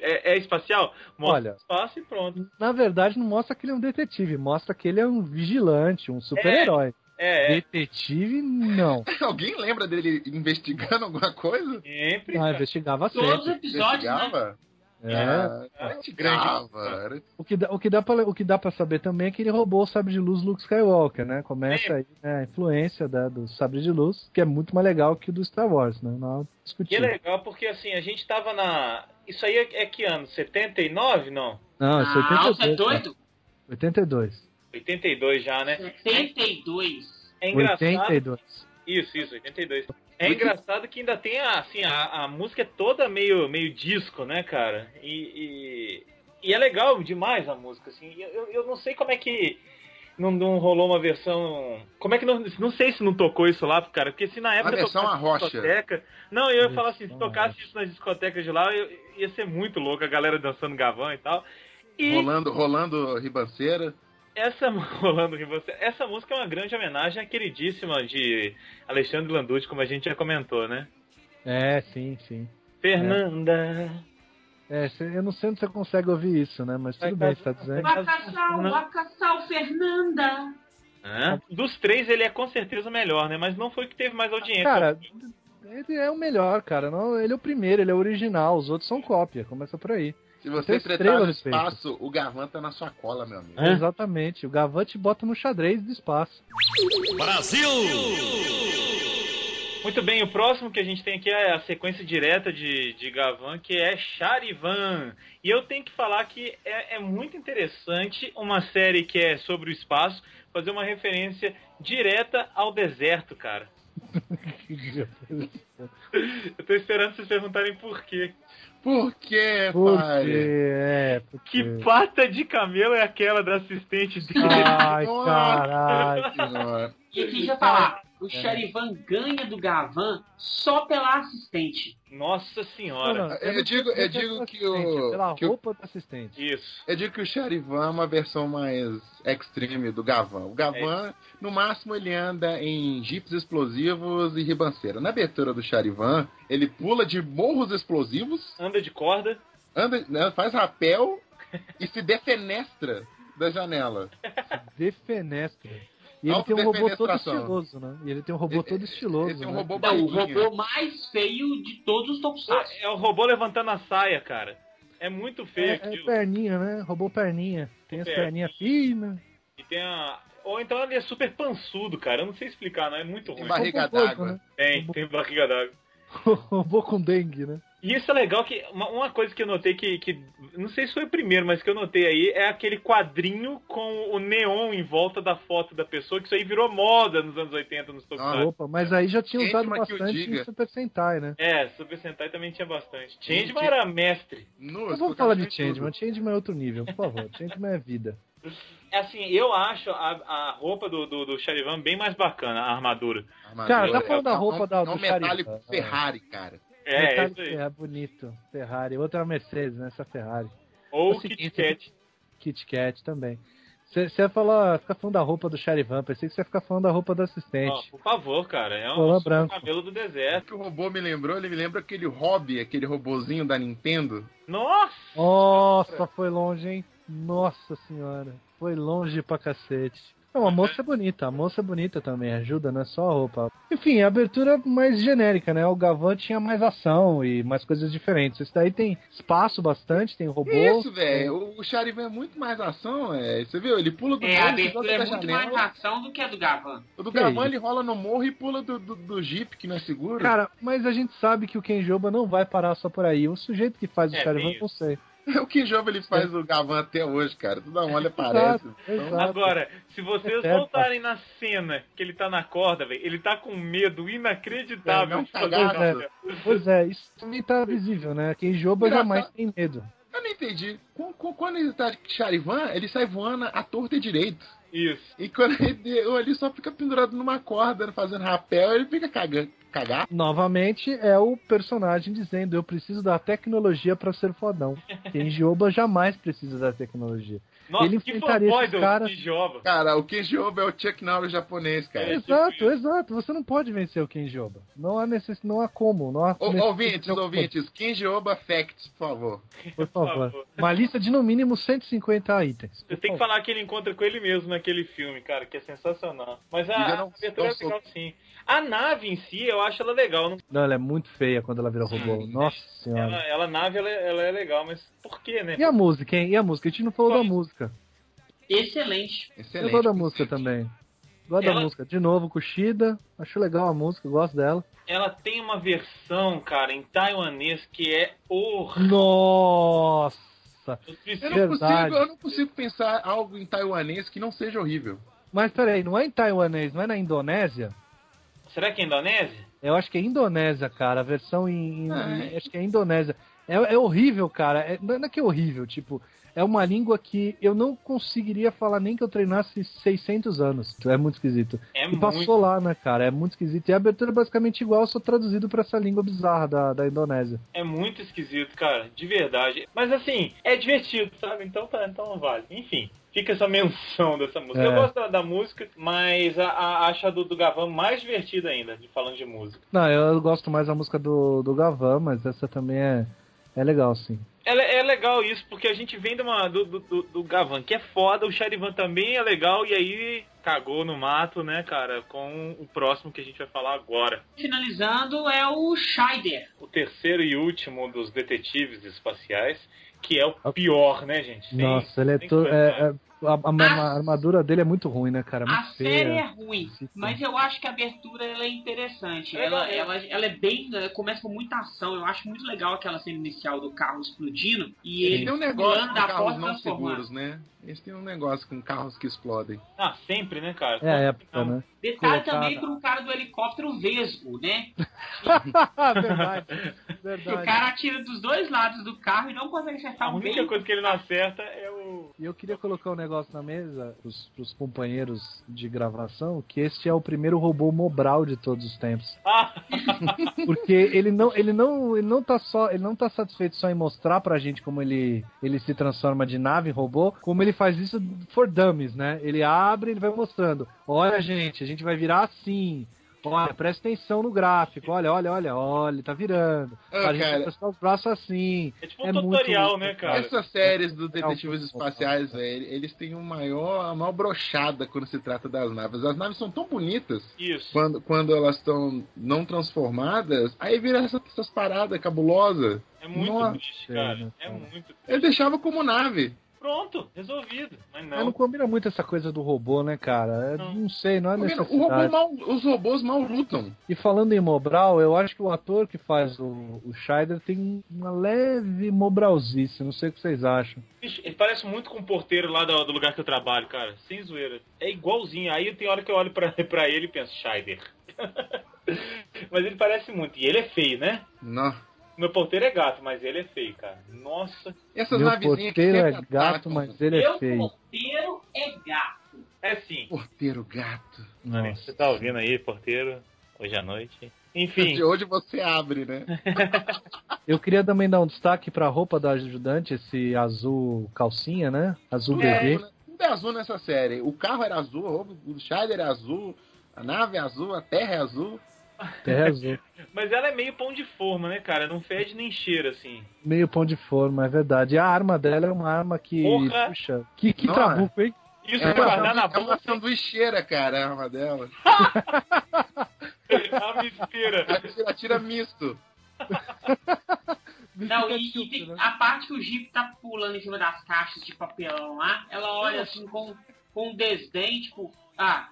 É, é espacial? Mostra
Olha.
o espaço e pronto.
Na verdade, não mostra que ele é um detetive, mostra que ele é um vigilante, um super-herói.
É, é.
Detetive, não.
Alguém lembra dele investigando alguma coisa?
Sempre.
Não,
cara.
investigava
Todos os
sempre.
episódios, né?
Investigava?
É.
Ah, investigava. Era-
O que, dá, o, que dá pra, o que dá pra saber também é que ele roubou o sabre de luz Luke Skywalker, né? Começa aí né, a influência da- do sabre de luz, que é muito mais legal que o do Star Wars, né? Não há
E é
discutir.
legal porque, assim, a gente tava na... Isso aí é, é que ano? 79? Não.
Não, isso é
Ah, você
tá
é
82. cara.
doido? É
82.
82 já, né?
72.
É engraçado...
82.
Isso, isso, 82. É engraçado que ainda tem a, assim, a, a música é toda meio, meio disco, né, cara? E, e, e é legal demais a música, assim. Eu, eu- eu não sei como é que não, não rolou uma versão. Como é que não. Não sei se não tocou isso lá, cara. Porque se na época.
versão
tocasse
a rocha.
discoteca- Não, eu ia falar assim, se tocasse isso nas discotecas de lá, eu- ia ser muito louco, a galera dançando gavão e tal. E
Rolando, rolando ribanceira.
essa rolando que você. Essa música é uma grande homenagem à queridíssima de Alexandre Landucci, como a gente já comentou, né?
É, sim, sim.
Fernanda.
É, cê- eu não sei onde você consegue ouvir isso, né? Mas tudo bem, você tá
é
dizendo.
Bacassal, Bacassal, Fernanda.
É. Hã? Dos três, ele é com certeza o melhor, né? Mas não foi o que teve mais audiência.
Cara, ele é o melhor, cara. Não, ele é o primeiro, ele é o original. Os outros são cópia. Começa por aí.
Se você
Tem
tretar no
estrela, Pedro.
espaço, o Gavan tá na sua cola, meu
É.
amigo.
Hã?
Exatamente. O Gavante bota no xadrez do espaço.
Muito bem, o próximo que a gente tem aqui é a sequência direta de, de Gavan, que é Charivan. E eu tenho que falar que é, é muito interessante uma série que é sobre o espaço fazer uma referência direta ao deserto, cara. Eu tô esperando vocês perguntarem por quê.
Por quê, pai?
Porque, é,
Que
porque...
pata de camelo é aquela da assistente dele?
Ai,
Nossa.
caralho.
Senhora.
E aqui já falar,
É.
o Charivan ganha do Gavan só pela assistente.
Nossa senhora.
Não, não,
Eu digo, eu digo que
assistente, é Pela
o. que o-
roupa do assistente.
Isso.
eu digo que o Charivan é uma versão mais extreme do Gavan. O
É
Gavan, no máximo, ele anda em jipes explosivos e ribanceira. Na abertura do Charivan, ele pula de morros explosivos,
Anda de corda.
anda, né, faz rapel e se defenestra da janela.
Defenestra. E ele
Alta
tem um robô todo
defenestração.
estiloso, né? E ele tem um robô todo estiloso.
Esse é um
né?
robô
É o
barriguinha.
robô mais feio de todos os Tokusatsu.
É o robô levantando a saia, cara. É muito feio
É, é
aquilo.
perninha, né? Robô perninha. Tem as
É.
perninhas finas.
E tem a. Ou então ele é super pançudo, cara. Eu não sei explicar, não. É muito
Tem
ruim.
barriga. Barriga
Robô gordo,
d'água.
né?
Tem, tem barriga d'água.
Robô com dengue, né?
E isso é legal que. Uma, uma coisa que eu notei que, que. Não sei se foi o primeiro, mas que eu notei aí é aquele quadrinho com o neon em volta da foto da pessoa, que isso aí virou moda nos anos 80 nos
Ah,
Tokusatsu.
Opa, mas aí já tinha usado
Enigma que o
bastante
diga.
em Super Sentai, né?
É, Super Sentai também tinha bastante. Changeman
Gente.
era mestre.
No,
Mas vamos falar de Changeman. Changeman é outro nível, por favor. Changeman é vida.
Assim, eu acho a, a roupa do, do, do Charivan bem mais bacana, a armadura.
Armadura.
Cara, tá falando da
É um-
roupa da-
é
do
um metálico
Charivan.
Ferrari, cara.
É,
Detalhe
isso aí.
que É bonito. Ferrari. Outra é uma Mercedes, né? Essa Ferrari.
Ou
É o seguinte,
Kit Kat.
Kit Kat também. Você ia falar, ficar falando da roupa do Charivan, pensei que você ia ficar falando da roupa do
Ó,
assistente.
por favor, cara. É um
Colã branco.
cabelo do
O
deserto.
É que o robô me lembrou? Ele me lembra aquele Hobby, aquele robozinho da Nintendo.
Nossa!
Nossa, foi longe, hein? Nossa senhora. Foi longe pra cacete. Não, a moça é bonita, a moça é bonita também, ajuda, não é só a roupa. Enfim, a abertura mais genérica, né? O Gavan tinha mais ação e mais coisas diferentes. Esse daí tem espaço bastante, tem robô.
Isso, velho. O Charivan é muito mais ação, é. Você viu? Ele pula do
É, a
morro, se
abertura
joga
tá
da
é muito mais
janela.
ação do que a do Gavan.
O do
Que
Gavan
isso?
ele rola no morro e pula do, do, do jeep que não é seguro.
Cara, mas a gente sabe que o Kenjoba não vai parar só por aí. O sujeito que faz o
É,
Charivan,
tem
não sei.
o que jogo ele faz
É.
o Gavan até hoje, cara. Toda hora aparece.
Exato.
Agora, se vocês
É,
voltarem na cena que ele tá na corda, velho, ele tá com um medo inacreditável.
É,
de
é um
fazer
cagaço.
nada.
Pois é, isso também tá visível, né? Quem joba
Engraçado.
jamais tem medo.
Eu não entendi. Com- com- Quando ele tá de Charivan, ele sai voando à torta e direito.
Isso.
E quando ele, ele só fica pendurado numa corda, fazendo rapel, ele fica cagando. Cagar?
Novamente, é o personagem dizendo: Eu preciso da tecnologia pra ser fodão. Quem joba jamais precisa da tecnologia.
Nossa,
Ele
que
enfrentaria
fanboy
esses
do
caras.
de Joba.
Cara, o Kenjioba é o Chuck Norris japonês, cara.
É.
exato, exato. Você não pode vencer o Quem joba. Não há necessidade, não há como. Não há
Ô,
necess-
ouvintes, ouvintes, Kenjioba Facts, por favor.
Por
Por
favor.
favor.
Uma lista de no mínimo 150 itens.
Eu tenho que falar que ele encontra com ele mesmo naquele filme, cara, que é sensacional. Mas a,
Eu
a
não-
abertura
não
é
sou-
legal sim. A nave em si, eu acho ela legal. Não-
Não, ela é muito feia quando ela vira robô. Nossa senhora.
Ela, ela- a nave, ela, ela é legal, mas por que, né?
E a música, hein? E a música? A gente não falou
Só
da
isso.
música.
Excelente.
Eu
Excelente.
gosto da música também. Gosto
Ela-
da música. De novo, Cuxida. Acho legal a música, gosto dela.
Ela tem uma versão, cara, em taiwanês que é horrível.
Nossa!
Eu
Eu
preciso-
não,
Verdade.
consigo, eu não consigo pensar algo em taiwanês que não seja horrível.
Mas peraí, não é em taiwanês, não é na Indonésia?
Será que é Indonésia?
Eu acho que é Indonésia, cara. A versão em. em-
Ah,
acho que é Indonésia. É, é horrível, cara. É, não é que é horrível, tipo. é uma língua que eu não conseguiria falar nem que eu treinasse 600 anos. É muito esquisito.
É
e passou
muito.
lá, né, cara? É muito esquisito. E a abertura é basicamente igual, só traduzido pra essa língua bizarra da, da Indonésia.
É muito esquisito, cara, de verdade. Mas assim, é divertido, sabe? Então tá, então vale. Enfim, fica essa menção dessa música.
É.
Eu gosto da, da música, mas a, a, acho a do, do Gavan mais divertida ainda, de falando de música.
Não, eu gosto mais da música do, do Gavan, mas essa também é, é legal, sim.
É, le- é legal isso, porque a gente vem de uma- do, do, do- do Gavan, que é foda, o Charivan também é legal, e aí cagou no mato, né, cara, com o próximo que a gente vai falar agora.
Finalizando é o Scheider.
O terceiro e último dos detetives espaciais, que é o pior, né, gente? Tem-
Nossa, ele é,
tem
to-
que
é-
aguentar.
é- a, a- a armadura dele é muito ruim, né, cara? É
A
muito
série é
feia.
ruim,
Sim, sim.
mas eu acho que a abertura ela é interessante.
É
Ela,
legal.
ela, ela é bem. Ela começa com muita ação. Eu acho muito legal aquela cena inicial do carro explodindo e
Eles
ele
têm um negócio
pulando
com
da porta
carros não
transformando.
seguros, né? Eles têm um negócio com carros que explodem.
Ah, sempre, né, cara?
É a época,
Não,
né?
Detalhe
Colocada.
também pro cara do helicóptero Vesgo, né?
verdade,
Que o
verdade.
cara atira dos dois lados do carro e não consegue
A
acertar o
única
meio.
coisa que ele não acerta é o.
E eu queria colocar um negócio na mesa pros, pros companheiros de gravação, que esse é o primeiro robô Mobral de todos os tempos.
Ah,
Porque ele não, ele não, ele não tá só, ele não tá satisfeito só em mostrar pra gente como ele, ele se transforma de nave em robô, como ele faz isso for dummies, né? Ele abre, ele vai mostrando. Olha, gente, a gente vai virar assim. Olha, presta atenção no gráfico. Olha, olha, olha, olha, ele tá virando.
Ah,
a gente vai
cara,
prestar os braços assim.
é tipo um
É muito
tutorial,
louco,
né, cara?
essas séries dos detetives
É um-
espaciais, velho, eles têm um maior, a maior brochada quando se trata das naves. As naves são tão bonitas
Isso.
quando, quando elas estão não transformadas, aí vira essa- essas paradas cabulosas.
É muito
Nossa,
triste, cara.
né,
É
cara?
muito
Ele
triste.
deixava como nave.
Pronto, resolvido. Mas
Mas não
não.
combina muito essa coisa do robô, né, cara? É,
Não.
Não, sei, não é
Tá vendo?
necessidade.
O robô mal, os robôs mal lutam.
E falando em Mobral, eu acho que o ator que faz o, o Scheider tem uma leve Mobralzice, não sei o que vocês acham.
Bicho, ele parece muito com o porteiro lá do, do lugar que eu trabalho, cara. Sem zoeira. É igualzinho. Aí tem hora que eu olho pra, pra ele e penso, Scheider. mas ele parece muito. E ele é feio, né?
Não.
Meu porteiro é gato, mas ele é feio, cara. Nossa.
Essas
Meu
navezinhas que
porteiro
sempre
é gato,
atacam.
mas ele é
Meu
feio.
porteiro é gato.
É sim.
Porteiro gato.
Nossa.
Você tá ouvindo aí, porteiro? Hoje à noite. Enfim.
De onde você abre, né?
Eu queria também dar um destaque pra roupa da ajudante, esse azul calcinha, né? Azul
Tudo é
bebê.
azul, né? Tudo é azul nessa série. O carro era azul, a roupa- o Shider é azul, a nave é azul, a terra é azul.
Terra azul.
Mas ela é meio pão de forma, né, cara? Não fede nem cheira, assim.
Meio pão de forma, é verdade. E a arma dela é uma arma que.
Porra!
Puxa, que, que
Não,
trabuco, hein?
Isso
É
pra guardar
uma,
na
é uma
boca
sanduicheira, cara, a arma dela.
a misteira.
Atira, atira misto.
Não,
É
e, e tem
né?
a parte que o Jeep tá pulando em cima das caixas de papelão lá, ela olha assim com, com um desdém, tipo, ah,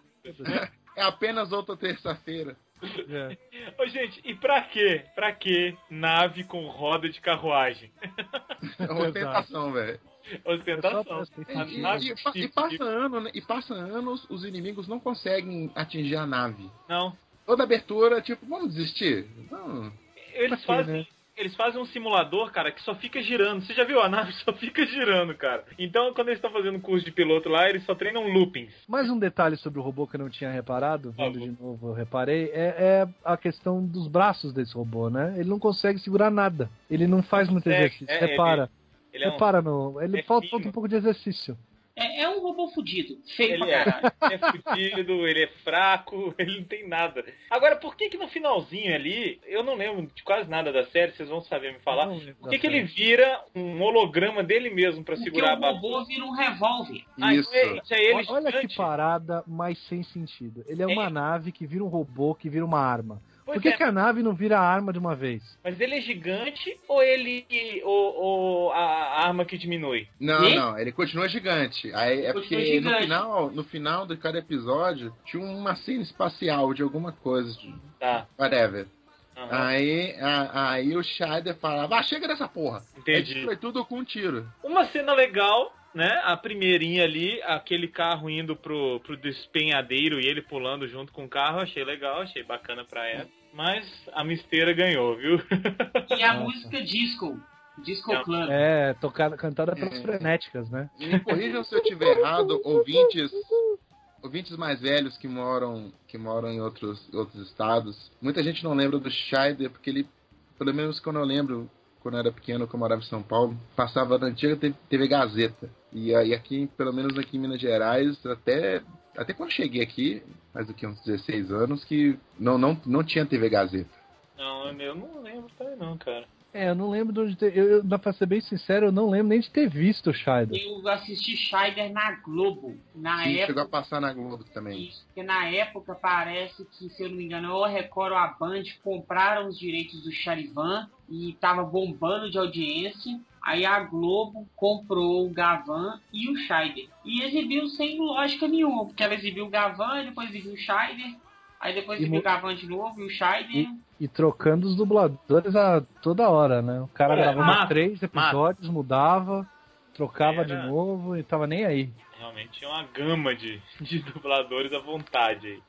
É apenas outra terça-feira.
É.
Ô, gente, e pra quê? Pra quê nave com roda de carruagem?
É uma
Exato.
tentação, velho.
Só
Ostentação.
presta atenção.
A
E,
nave
e pa- e
tipo
passa ano, né? E passa anos, os inimigos não conseguem atingir a nave.
Não.
Toda abertura, tipo, vamos desistir? Não.
Pra
Eles
quê,
fazem.
né?
Eles fazem um simulador, cara, que só fica girando. Você já viu? A nave só fica girando, cara. Então, quando eles estão fazendo curso de piloto lá, eles só treinam loopings.
Mais um detalhe sobre o robô que eu não tinha reparado, vendo
favor.
de novo eu reparei, é, é a questão dos braços desse robô, né? Ele não consegue segurar nada. Ele não faz muito
consegue,
exercício.
é,
Repara,
Ele é um.
repara no. Ele
é
falta,
fino.
falta um pouco de exercício.
é, é um robô fudido, feio
Ele
pra
é,
caralho.
ele é fudido, ele é fraco, ele não tem nada. Agora, por que que no finalzinho ali, eu não lembro de quase nada da série, vocês vão saber me falar.
Eu não lembro
Por que,
da
que ele vira um holograma dele mesmo pra
Porque
segurar a
o
bala?
robô vira um revólver.
Ah,
Isso.
então é, isso é ele
série. Olha que
gigante.
parada, mas sem sentido. Ele é uma
É.
nave que vira um robô, que vira uma arma.
Pois
Por que,
é,
que a nave não vira a arma de uma vez?
Mas ele é gigante ou ele. ou, ou a a arma que diminui?
Não,
E?
não, ele continua gigante. Aí
Continua
é porque no
gigante.
final, no final de cada episódio, tinha uma cena espacial de alguma coisa, de
Tá. Ah,
whatever. Ah,
Ah.
aham,
Aí, a- aí o Shider falava, ah, chega dessa porra. Aí
entendi.
destrói tudo com um tiro.
Uma cena legal, né? A primeirinha ali, aquele carro indo pro, pro despenhadeiro e ele pulando junto com o carro, achei legal, achei bacana pra ela. Mas a misteira ganhou, viu?
E é a
Nossa.
música disco. Disco Club.
É, tocada, cantada pelas frenéticas, né?
E me corrijam se eu estiver errado, ouvintes, ouvintes mais velhos que moram, que moram em outros, outros estados. Muita gente não lembra do Scheider, porque ele, pelo menos quando eu lembro, quando eu era pequeno, que eu morava em São Paulo, passava na antiga T- TV Gazeta. E, aí aqui, pelo menos aqui em Minas Gerais, até, até quando eu cheguei aqui, mais do que uns 16 anos, que não, não, não tinha TV Gazeta.
Não, eu não lembro também não, cara.
É, eu não lembro de onde. ter- Eu, eu, pra ser bem sincero, eu não lembro nem de ter visto o Scheider.
Eu assisti Scheider na Globo. Na
Sim,
época.
chegou a passar na Globo também.
Isso, porque na época parece que, se eu não me engano, ou a Record ou a Band compraram os direitos do Charivan e tava bombando de audiência. Aí a Globo comprou o Gavan e o Scheider. E exibiu sem lógica nenhuma, porque ela exibiu o Gavan, e depois exibiu o Scheider, aí depois
E
exibiu o
mo-
Gavan de novo e o Scheider.
E trocando os dubladores a toda hora, né? O cara
Olha,
gravava
mata,
três episódios, mudava, trocava
Era.
de novo e tava nem aí.
Realmente tinha uma gama de, de dubladores à vontade aí.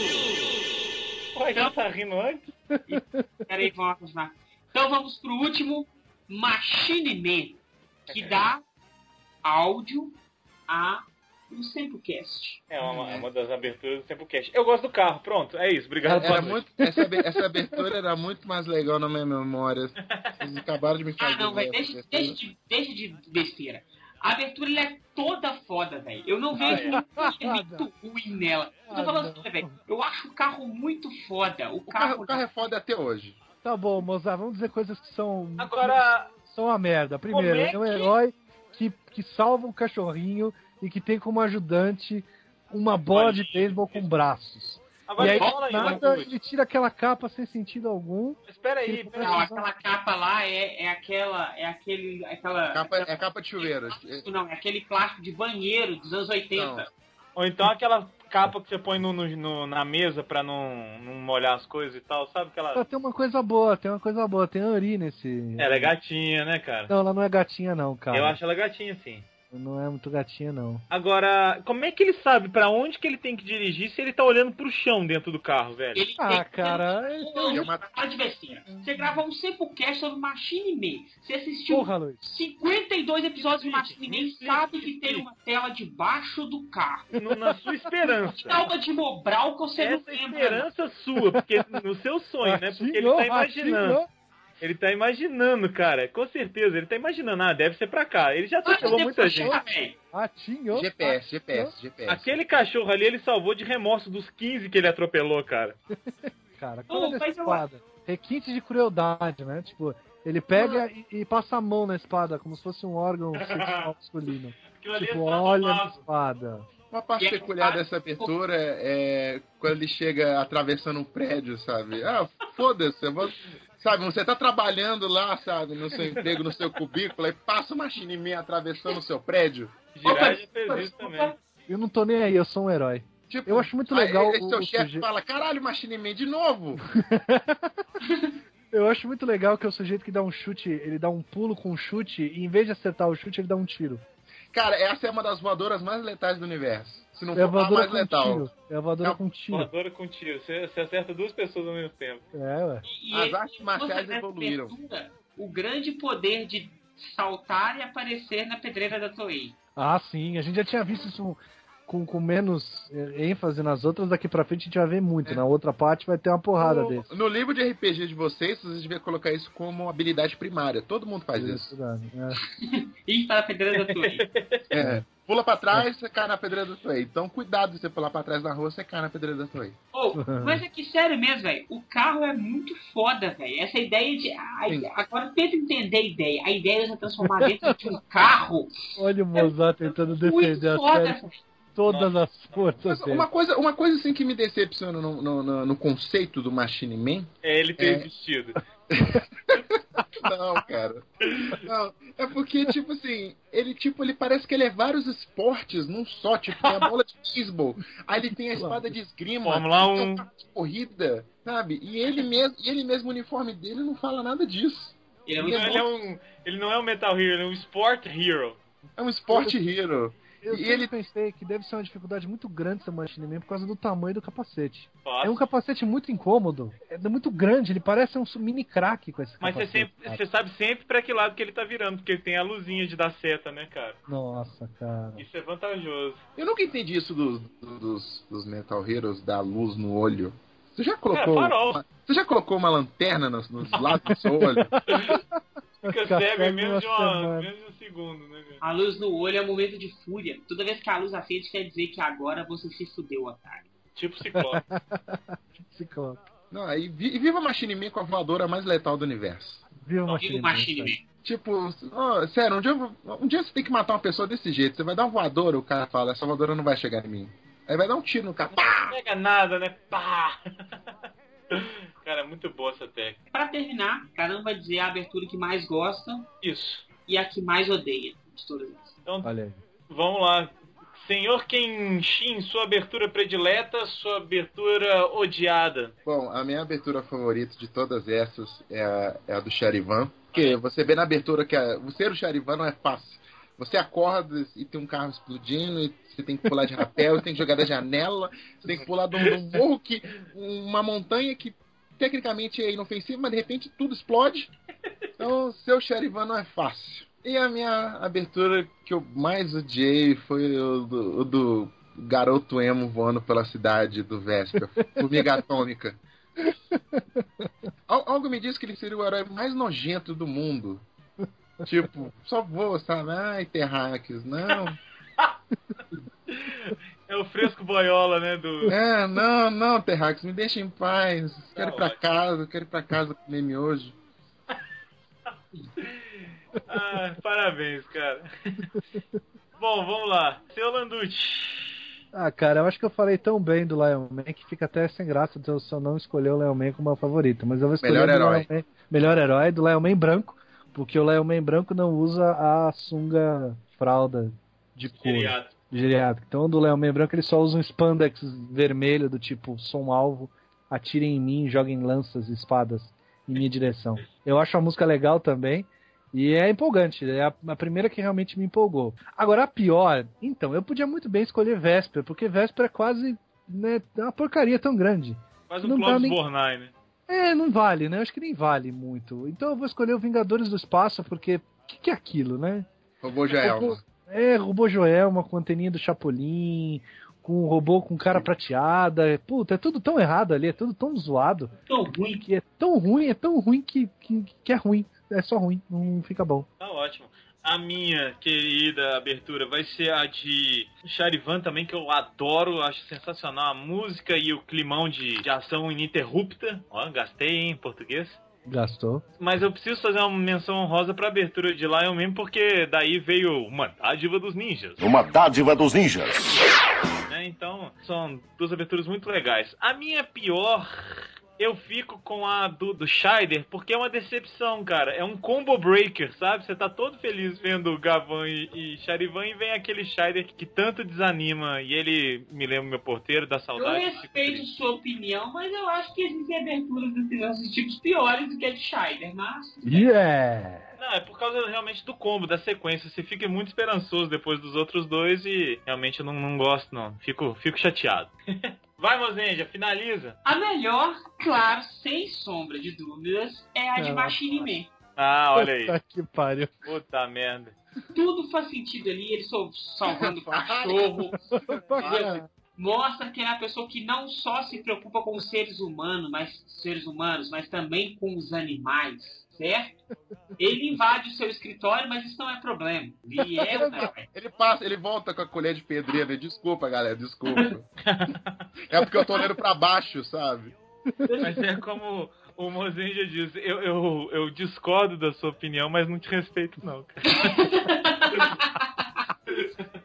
Brasil! Ué, já tá rindo antes?
Peraí, vamos lá. Então vamos pro último, Machine Man, que dá áudio a um Samplecast.
É uma, é uma das aberturas do Tempocast. Eu gosto do carro, pronto, é isso. Obrigado,
Era
boa noite.
muito, essa, abe- essa abertura era muito mais legal na minha memória. Vocês acabaram de me
Ah,
fazer.
não, velho,
essa
deixa,
abertura.
deixa, de, deixa de besteira. A abertura ela é toda foda, velho. Eu não vejo um elemento ruim nela. Eu tô
Ah,
falando
não.
sério, velho. Eu acho o carro muito foda. O
O carro,
carro.
o carro é foda até hoje.
Tá bom, moça, vamos dizer coisas que são.
Agora,
São uma merda. Primeiro,
Como é
ele é um
que-
herói que, que salva um cachorrinho e que tem como ajudante uma bola de beisebol com braços.
agora
e aí,
fala aí,
do nada,
Marcos.
ele tira aquela capa sem sentido algum.
Espera aí, espera
Não,
aí.
aquela capa lá é, é aquela. É aquele. Aquela.
A Capa, é capa de chuveiro. É-
Não, é aquele plástico de banheiro dos anos 80.
Não. é.
Ou então aquela capa que você põe no, no- no- na mesa pra não, não molhar as coisas e tal, sabe?
Só
Aquela...
tem uma coisa boa, tem uma coisa boa. Tem a Ori nesse.
Ela é gatinha, né, cara?
Não, ela não é gatinha, não, cara.
Eu acho ela gatinha, sim.
Não é muito gatinha, não.
Agora, como é que ele sabe pra onde que ele tem que dirigir se ele tá olhando pro chão dentro do carro, velho?
Ele
Ah,
tem-
cara,
ele-
é
Não,
uma-
para de besteira. Você gravou um Samplecast sobre Machine Man. Você assistiu
Porra, Luiz.
52 episódios de Machine Man e sabe que tem uma tela debaixo do carro.
No- na sua esperança.
Calma de Mobral que você não
Essa
lembra.
esperança é sua, porque no seu sonho, né? Porque ele tá imaginando. Ele tá imaginando, cara. Com certeza, ele tá imaginando. Ah, deve ser pra cá. Ele já atropelou muita gente.
Ratinho.
GPS, GPS, GPS.
Aquele cachorro ali, ele salvou de remorso dos 15 que ele atropelou, cara.
Cara,
Ô,
coisa dessa
mas eu-
espada. Requinte de crueldade, né? Tipo, ele pega e, e passa a mão na espada, como se fosse um órgão sexual masculino.
Aquilo ali é
Tipo,
só
olha
uma-
a espada.
Uma parte
E é
peculiar
claro-
dessa abertura é quando ele chega atravessando um prédio, sabe? Ah, foda-se, eu vou- Sabe, você tá trabalhando lá, sabe, no seu emprego, no seu cubículo, e passa uma chineminha atravessando o seu prédio.
Jiraiya já fez isso também.
Eu não tô nem aí, eu sou um herói.
Tipo,
Eu acho muito
aí
legal
esse
o-
seu
o
chefe
suje-
fala, caralho, Machine Man, de novo?
Eu acho muito legal que é o sujeito que dá um chute, ele dá um pulo com um chute, e em vez de acertar o chute, ele dá um tiro.
Cara, essa é uma das voadoras mais letais do universo. Se não
É a
for a
voadora
mais
com
letal.
tiro. É a voadora
Não,
com tiro.
Voadora com tiro. Você, você acerta duas pessoas ao mesmo tempo.
É, ué.
E
As
ele-
artes marciais
nessa
evoluíram.
abertura, O grande poder de saltar e aparecer na pedreira da Toei.
Ah, sim. A gente já tinha visto isso com, com menos eh, ênfase nas outras. Daqui pra frente a gente vai ver muito. Na outra parte vai ter uma porrada desse.
No, no livro de RPG de vocês, vocês deviam colocar isso como habilidade primária. Todo mundo faz isso.
Isso, Dani, é.
E para a tá pedreira da Toei.
É. Pula pra trás, você cai na pedreira da Toei. Então, cuidado se você pular pra trás na rua, você cai na pedreira da Toei.
Ô, mas é que sério mesmo, velho. O carro é muito foda, velho. Essa ideia de. ai,
Sim.
agora tenta entender a ideia. A ideia é você transformar dentro de um carro.
Olha o Mozart tentando
Muito
defender a
foda,
série
velho.
com todas as forças
Mas
dele.
uma coisa, uma coisa assim que me decepciona no, no- no- no conceito do Machine Man.
É ele ter
É.
vestido.
Não, cara. Não, é porque, tipo assim, ele tipo, ele parece que ele é vários esportes num só, tipo, tem a bola de beisebol, aí ele tem a espada de esgrima,
Fórmula
ele tem
1.
um carro de corrida, sabe? E ele mesmo, e ele mesmo o uniforme dele não fala nada disso.
Ele
Então, Ele,
é
um
muito
é um, ele não é um Metal Hero, ele é um Sport Hero.
É um esporte hero.
Eu
E
sempre
ele-
pensei que deve ser uma dificuldade muito grande essa Machine Man por causa do tamanho do capacete.
Nossa.
É um capacete muito incômodo, é muito grande, ele parece um mini crack com esse
Mas você,
capacete.
sempre,
cara.
você sabe sempre pra que lado que ele tá virando, porque tem a luzinha de dar seta, né, cara?
Nossa, cara.
Isso é vantajoso.
Eu nunca entendi isso dos, dos, dos Metal Heroes da luz no olho. Você já
É,
colocou.
farol.
Você já colocou uma lanterna nos, nos lados do seu olho?
Fica
Fica
cego em
cego
menos de,
uma
uma,
semana.
menos de um segundo, né, cara?
A luz no olho é um momento de fúria. Toda vez que a luz acende, quer dizer que agora você se fudeu, otário.
Tipo ciclope.
Ciclope.
Não, aí vi- e viva a Machine Man com a voadora mais letal do universo.
Viva
Não
Machine,
digo
Man,
Machine
cara.
Man.
Tipo, ó, sério, um dia, eu vou- um dia você tem que matar uma pessoa desse jeito. Você vai dar um voador, o cara fala, essa voadora não vai chegar em mim. Aí vai dar um tiro no cara. pá!
Não pega nada, né? Pá! Cara, é muito boa essa técnica.
Pra terminar, cada um vai dizer a abertura que mais gosta
Isso.
e a que mais odeia de todas elas.
Então,
Olha aí.
vamos lá. Senhor Kenshin, sua abertura predileta, sua abertura odiada.
Bom, a minha abertura favorita de todas essas é a, é a do Charivan. Porque você vê na abertura que a, o ser o Charivan não é fácil. Você acorda e tem um carro explodindo, e você tem que pular de rapel, você tem que jogar da janela, você tem que pular de um, de um morro que. uma montanha que tecnicamente é inofensiva, mas de repente tudo explode. Então, ser o Charivan não é fácil. E a minha abertura que eu mais odiei foi o do, o do garoto emo voando pela cidade do Vesper, Formiga Atômica. Al- algo me diz que ele seria o herói mais nojento do mundo. Tipo, só voa, sabe? Ai, Terráqueos, não.
É o fresco boiola, né? Do...
É, não, não, Terráqueos, me deixa em paz. Quero ir pra
ótimo.
casa, quero ir pra casa comer miojo.
Ah, parabéns, cara. Bom, vamos lá. Seu Landucci.
Ah, cara, eu acho que eu falei tão bem do Lion Man que fica até sem graça de eu só não escolher o Lion Man como meu favorito. Mas eu vou escolher
Melhor
o do
herói.
Lion Man- melhor herói do Lion Man branco, porque o Lion Man branco não usa a sunga fralda de couro.
Feriado.
geriátrico. Então, o do Léo Meio Branco, ele só usa um spandex vermelho do tipo, sou um alvo, atirem em mim, joguem lanças e espadas em minha direção. Eu acho a música legal também. E é empolgante, é a, a primeira que realmente me empolgou. Agora, a pior, então, eu podia muito bem escolher Vesper, porque Vesper é quase né, uma porcaria tão grande.
Faz um
Não dá
Clóvis
nem-
Bornai, né?
É, não vale, né? Eu acho que nem vale muito. Então eu vou escolher o Vingadores do Espaço, porque o que, que é aquilo, né?
Robô Joelma.
É, robô Joelma com anteninha do Chapolin, com um robô com cara prateada. Puta, é tudo tão errado ali, é tudo tão zoado.
Tão ruim
Que é tão ruim, é tão ruim que, que, que é ruim. É só ruim, não fica bom.
Tá ótimo. A minha querida abertura vai ser a de Charivan também, que eu adoro, acho sensacional a música e o climão de, de ação ininterrupta. Ó, gastei, hein, em português.
Gastou.
Mas eu preciso fazer uma menção honrosa pra abertura de Lion Man, porque daí veio uma dádiva dos ninjas.
Uma dádiva dos ninjas.
né? Então, são duas aberturas muito legais. A minha é pior, eu fico com a do, do Scheider, porque é uma decepção, cara. É um combo breaker, sabe? Você tá todo feliz vendo o Gavan e, e Charivan e vem aquele Scheider que tanto desanima. E ele me lembra meu porteiro da
Eu
saudade. fico
respeito
triste.
sua opinião, mas eu acho que existem aberturas de crianças tipos piores do que a de Scheider, mas.
Yeah!
Não, é por causa realmente do combo, da sequência. Você fica muito esperançoso depois dos outros dois e realmente eu não, não gosto, não. Fico, fico chateado. Vai, Mozenja, finaliza.
A melhor, claro, sem sombra de dúvidas, é a de
Não.
Machine Man.
Ah, olha aí.
Puta que pariu.
Puta merda.
Tudo faz sentido ali, ele só- salvando o cachorro. Mostra que ele é a pessoa que não só se preocupa com os seres humanos, mas seres humanos, mas também com os animais, certo? Ele invade o seu escritório, mas isso não é problema. E é, né?
Ele passa, ele volta com a colher de pedreiro. Desculpa, galera, desculpa. é porque eu tô olhando pra baixo, sabe?
Mas é como o Mozenja diz, eu, eu, eu discordo da sua opinião, mas não te respeito não, cara.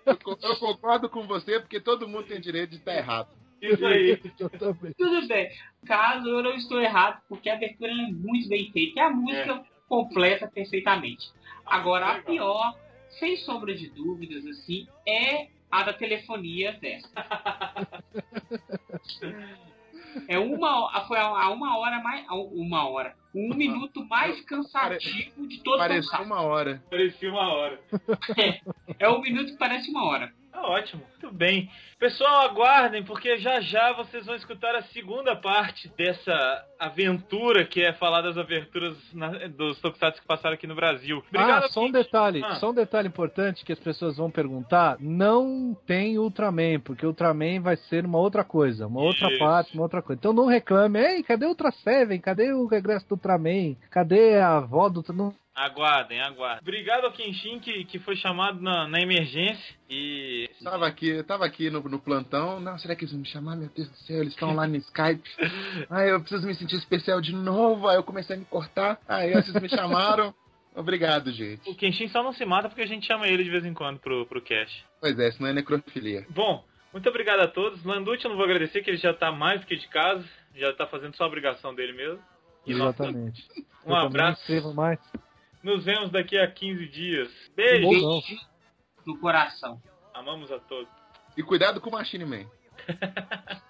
Eu, co- eu concordo com você porque todo mundo tem direito de estar errado.
Isso aí.
Eu também.
Tudo bem. Caso eu não estou errado, porque a abertura ela é muito bem feita e a música completa perfeitamente. Agora, a
Legal.
pior, sem sombra de dúvidas, assim, é a da telefonia dessa. É uma, ho- foi a, a uma hora mais. a Uma hora. Um minuto mais cansativo de todo o
Pareceu
cansaço.
uma hora.
Parecia uma hora.
É um minuto que parece uma hora.
Tá ótimo. Muito bem. Pessoal, aguardem, porque já já vocês vão escutar a segunda parte dessa aventura que é falar das aventuras na- dos Tokusatsu que passaram aqui no Brasil. Obrigado,
ah, só um
Pete.
detalhe,
Ah.
só um detalhe importante que as pessoas vão perguntar, não tem Ultraman, porque Ultraman vai ser uma outra coisa, uma outra
Isso.
parte, uma outra coisa. Então não reclame, ei, cadê o Ultra Seven? Cadê o regresso do Ultraman? Cadê a avó do... Ultra- Não,
Aguardem, aguardem. Obrigado ao Kenshin que, que foi chamado na, na emergência e.
Tava aqui, tava aqui no, no plantão. Não, será que eles vão me chamar? Meu Deus do céu, eles estão lá no Skype. Ai, eu preciso me sentir especial de novo. Aí eu comecei a me cortar. Aí vocês me chamaram. Obrigado, gente.
O Kenshin só não se mata porque a gente chama ele de vez em quando pro, pro cast.
Pois é, senão é necrofilia.
Bom, muito obrigado a todos. Landucci eu não vou agradecer, que ele já tá mais do que de casa, já tá fazendo só a obrigação dele mesmo. E nós-
exatamente.
Um
Eu também não
abraço.
escrevo mais.
Nos vemos daqui a 15 dias. Beijo,
Ou não.
no coração.
amamos a todos.
E cuidado com o Machine Man.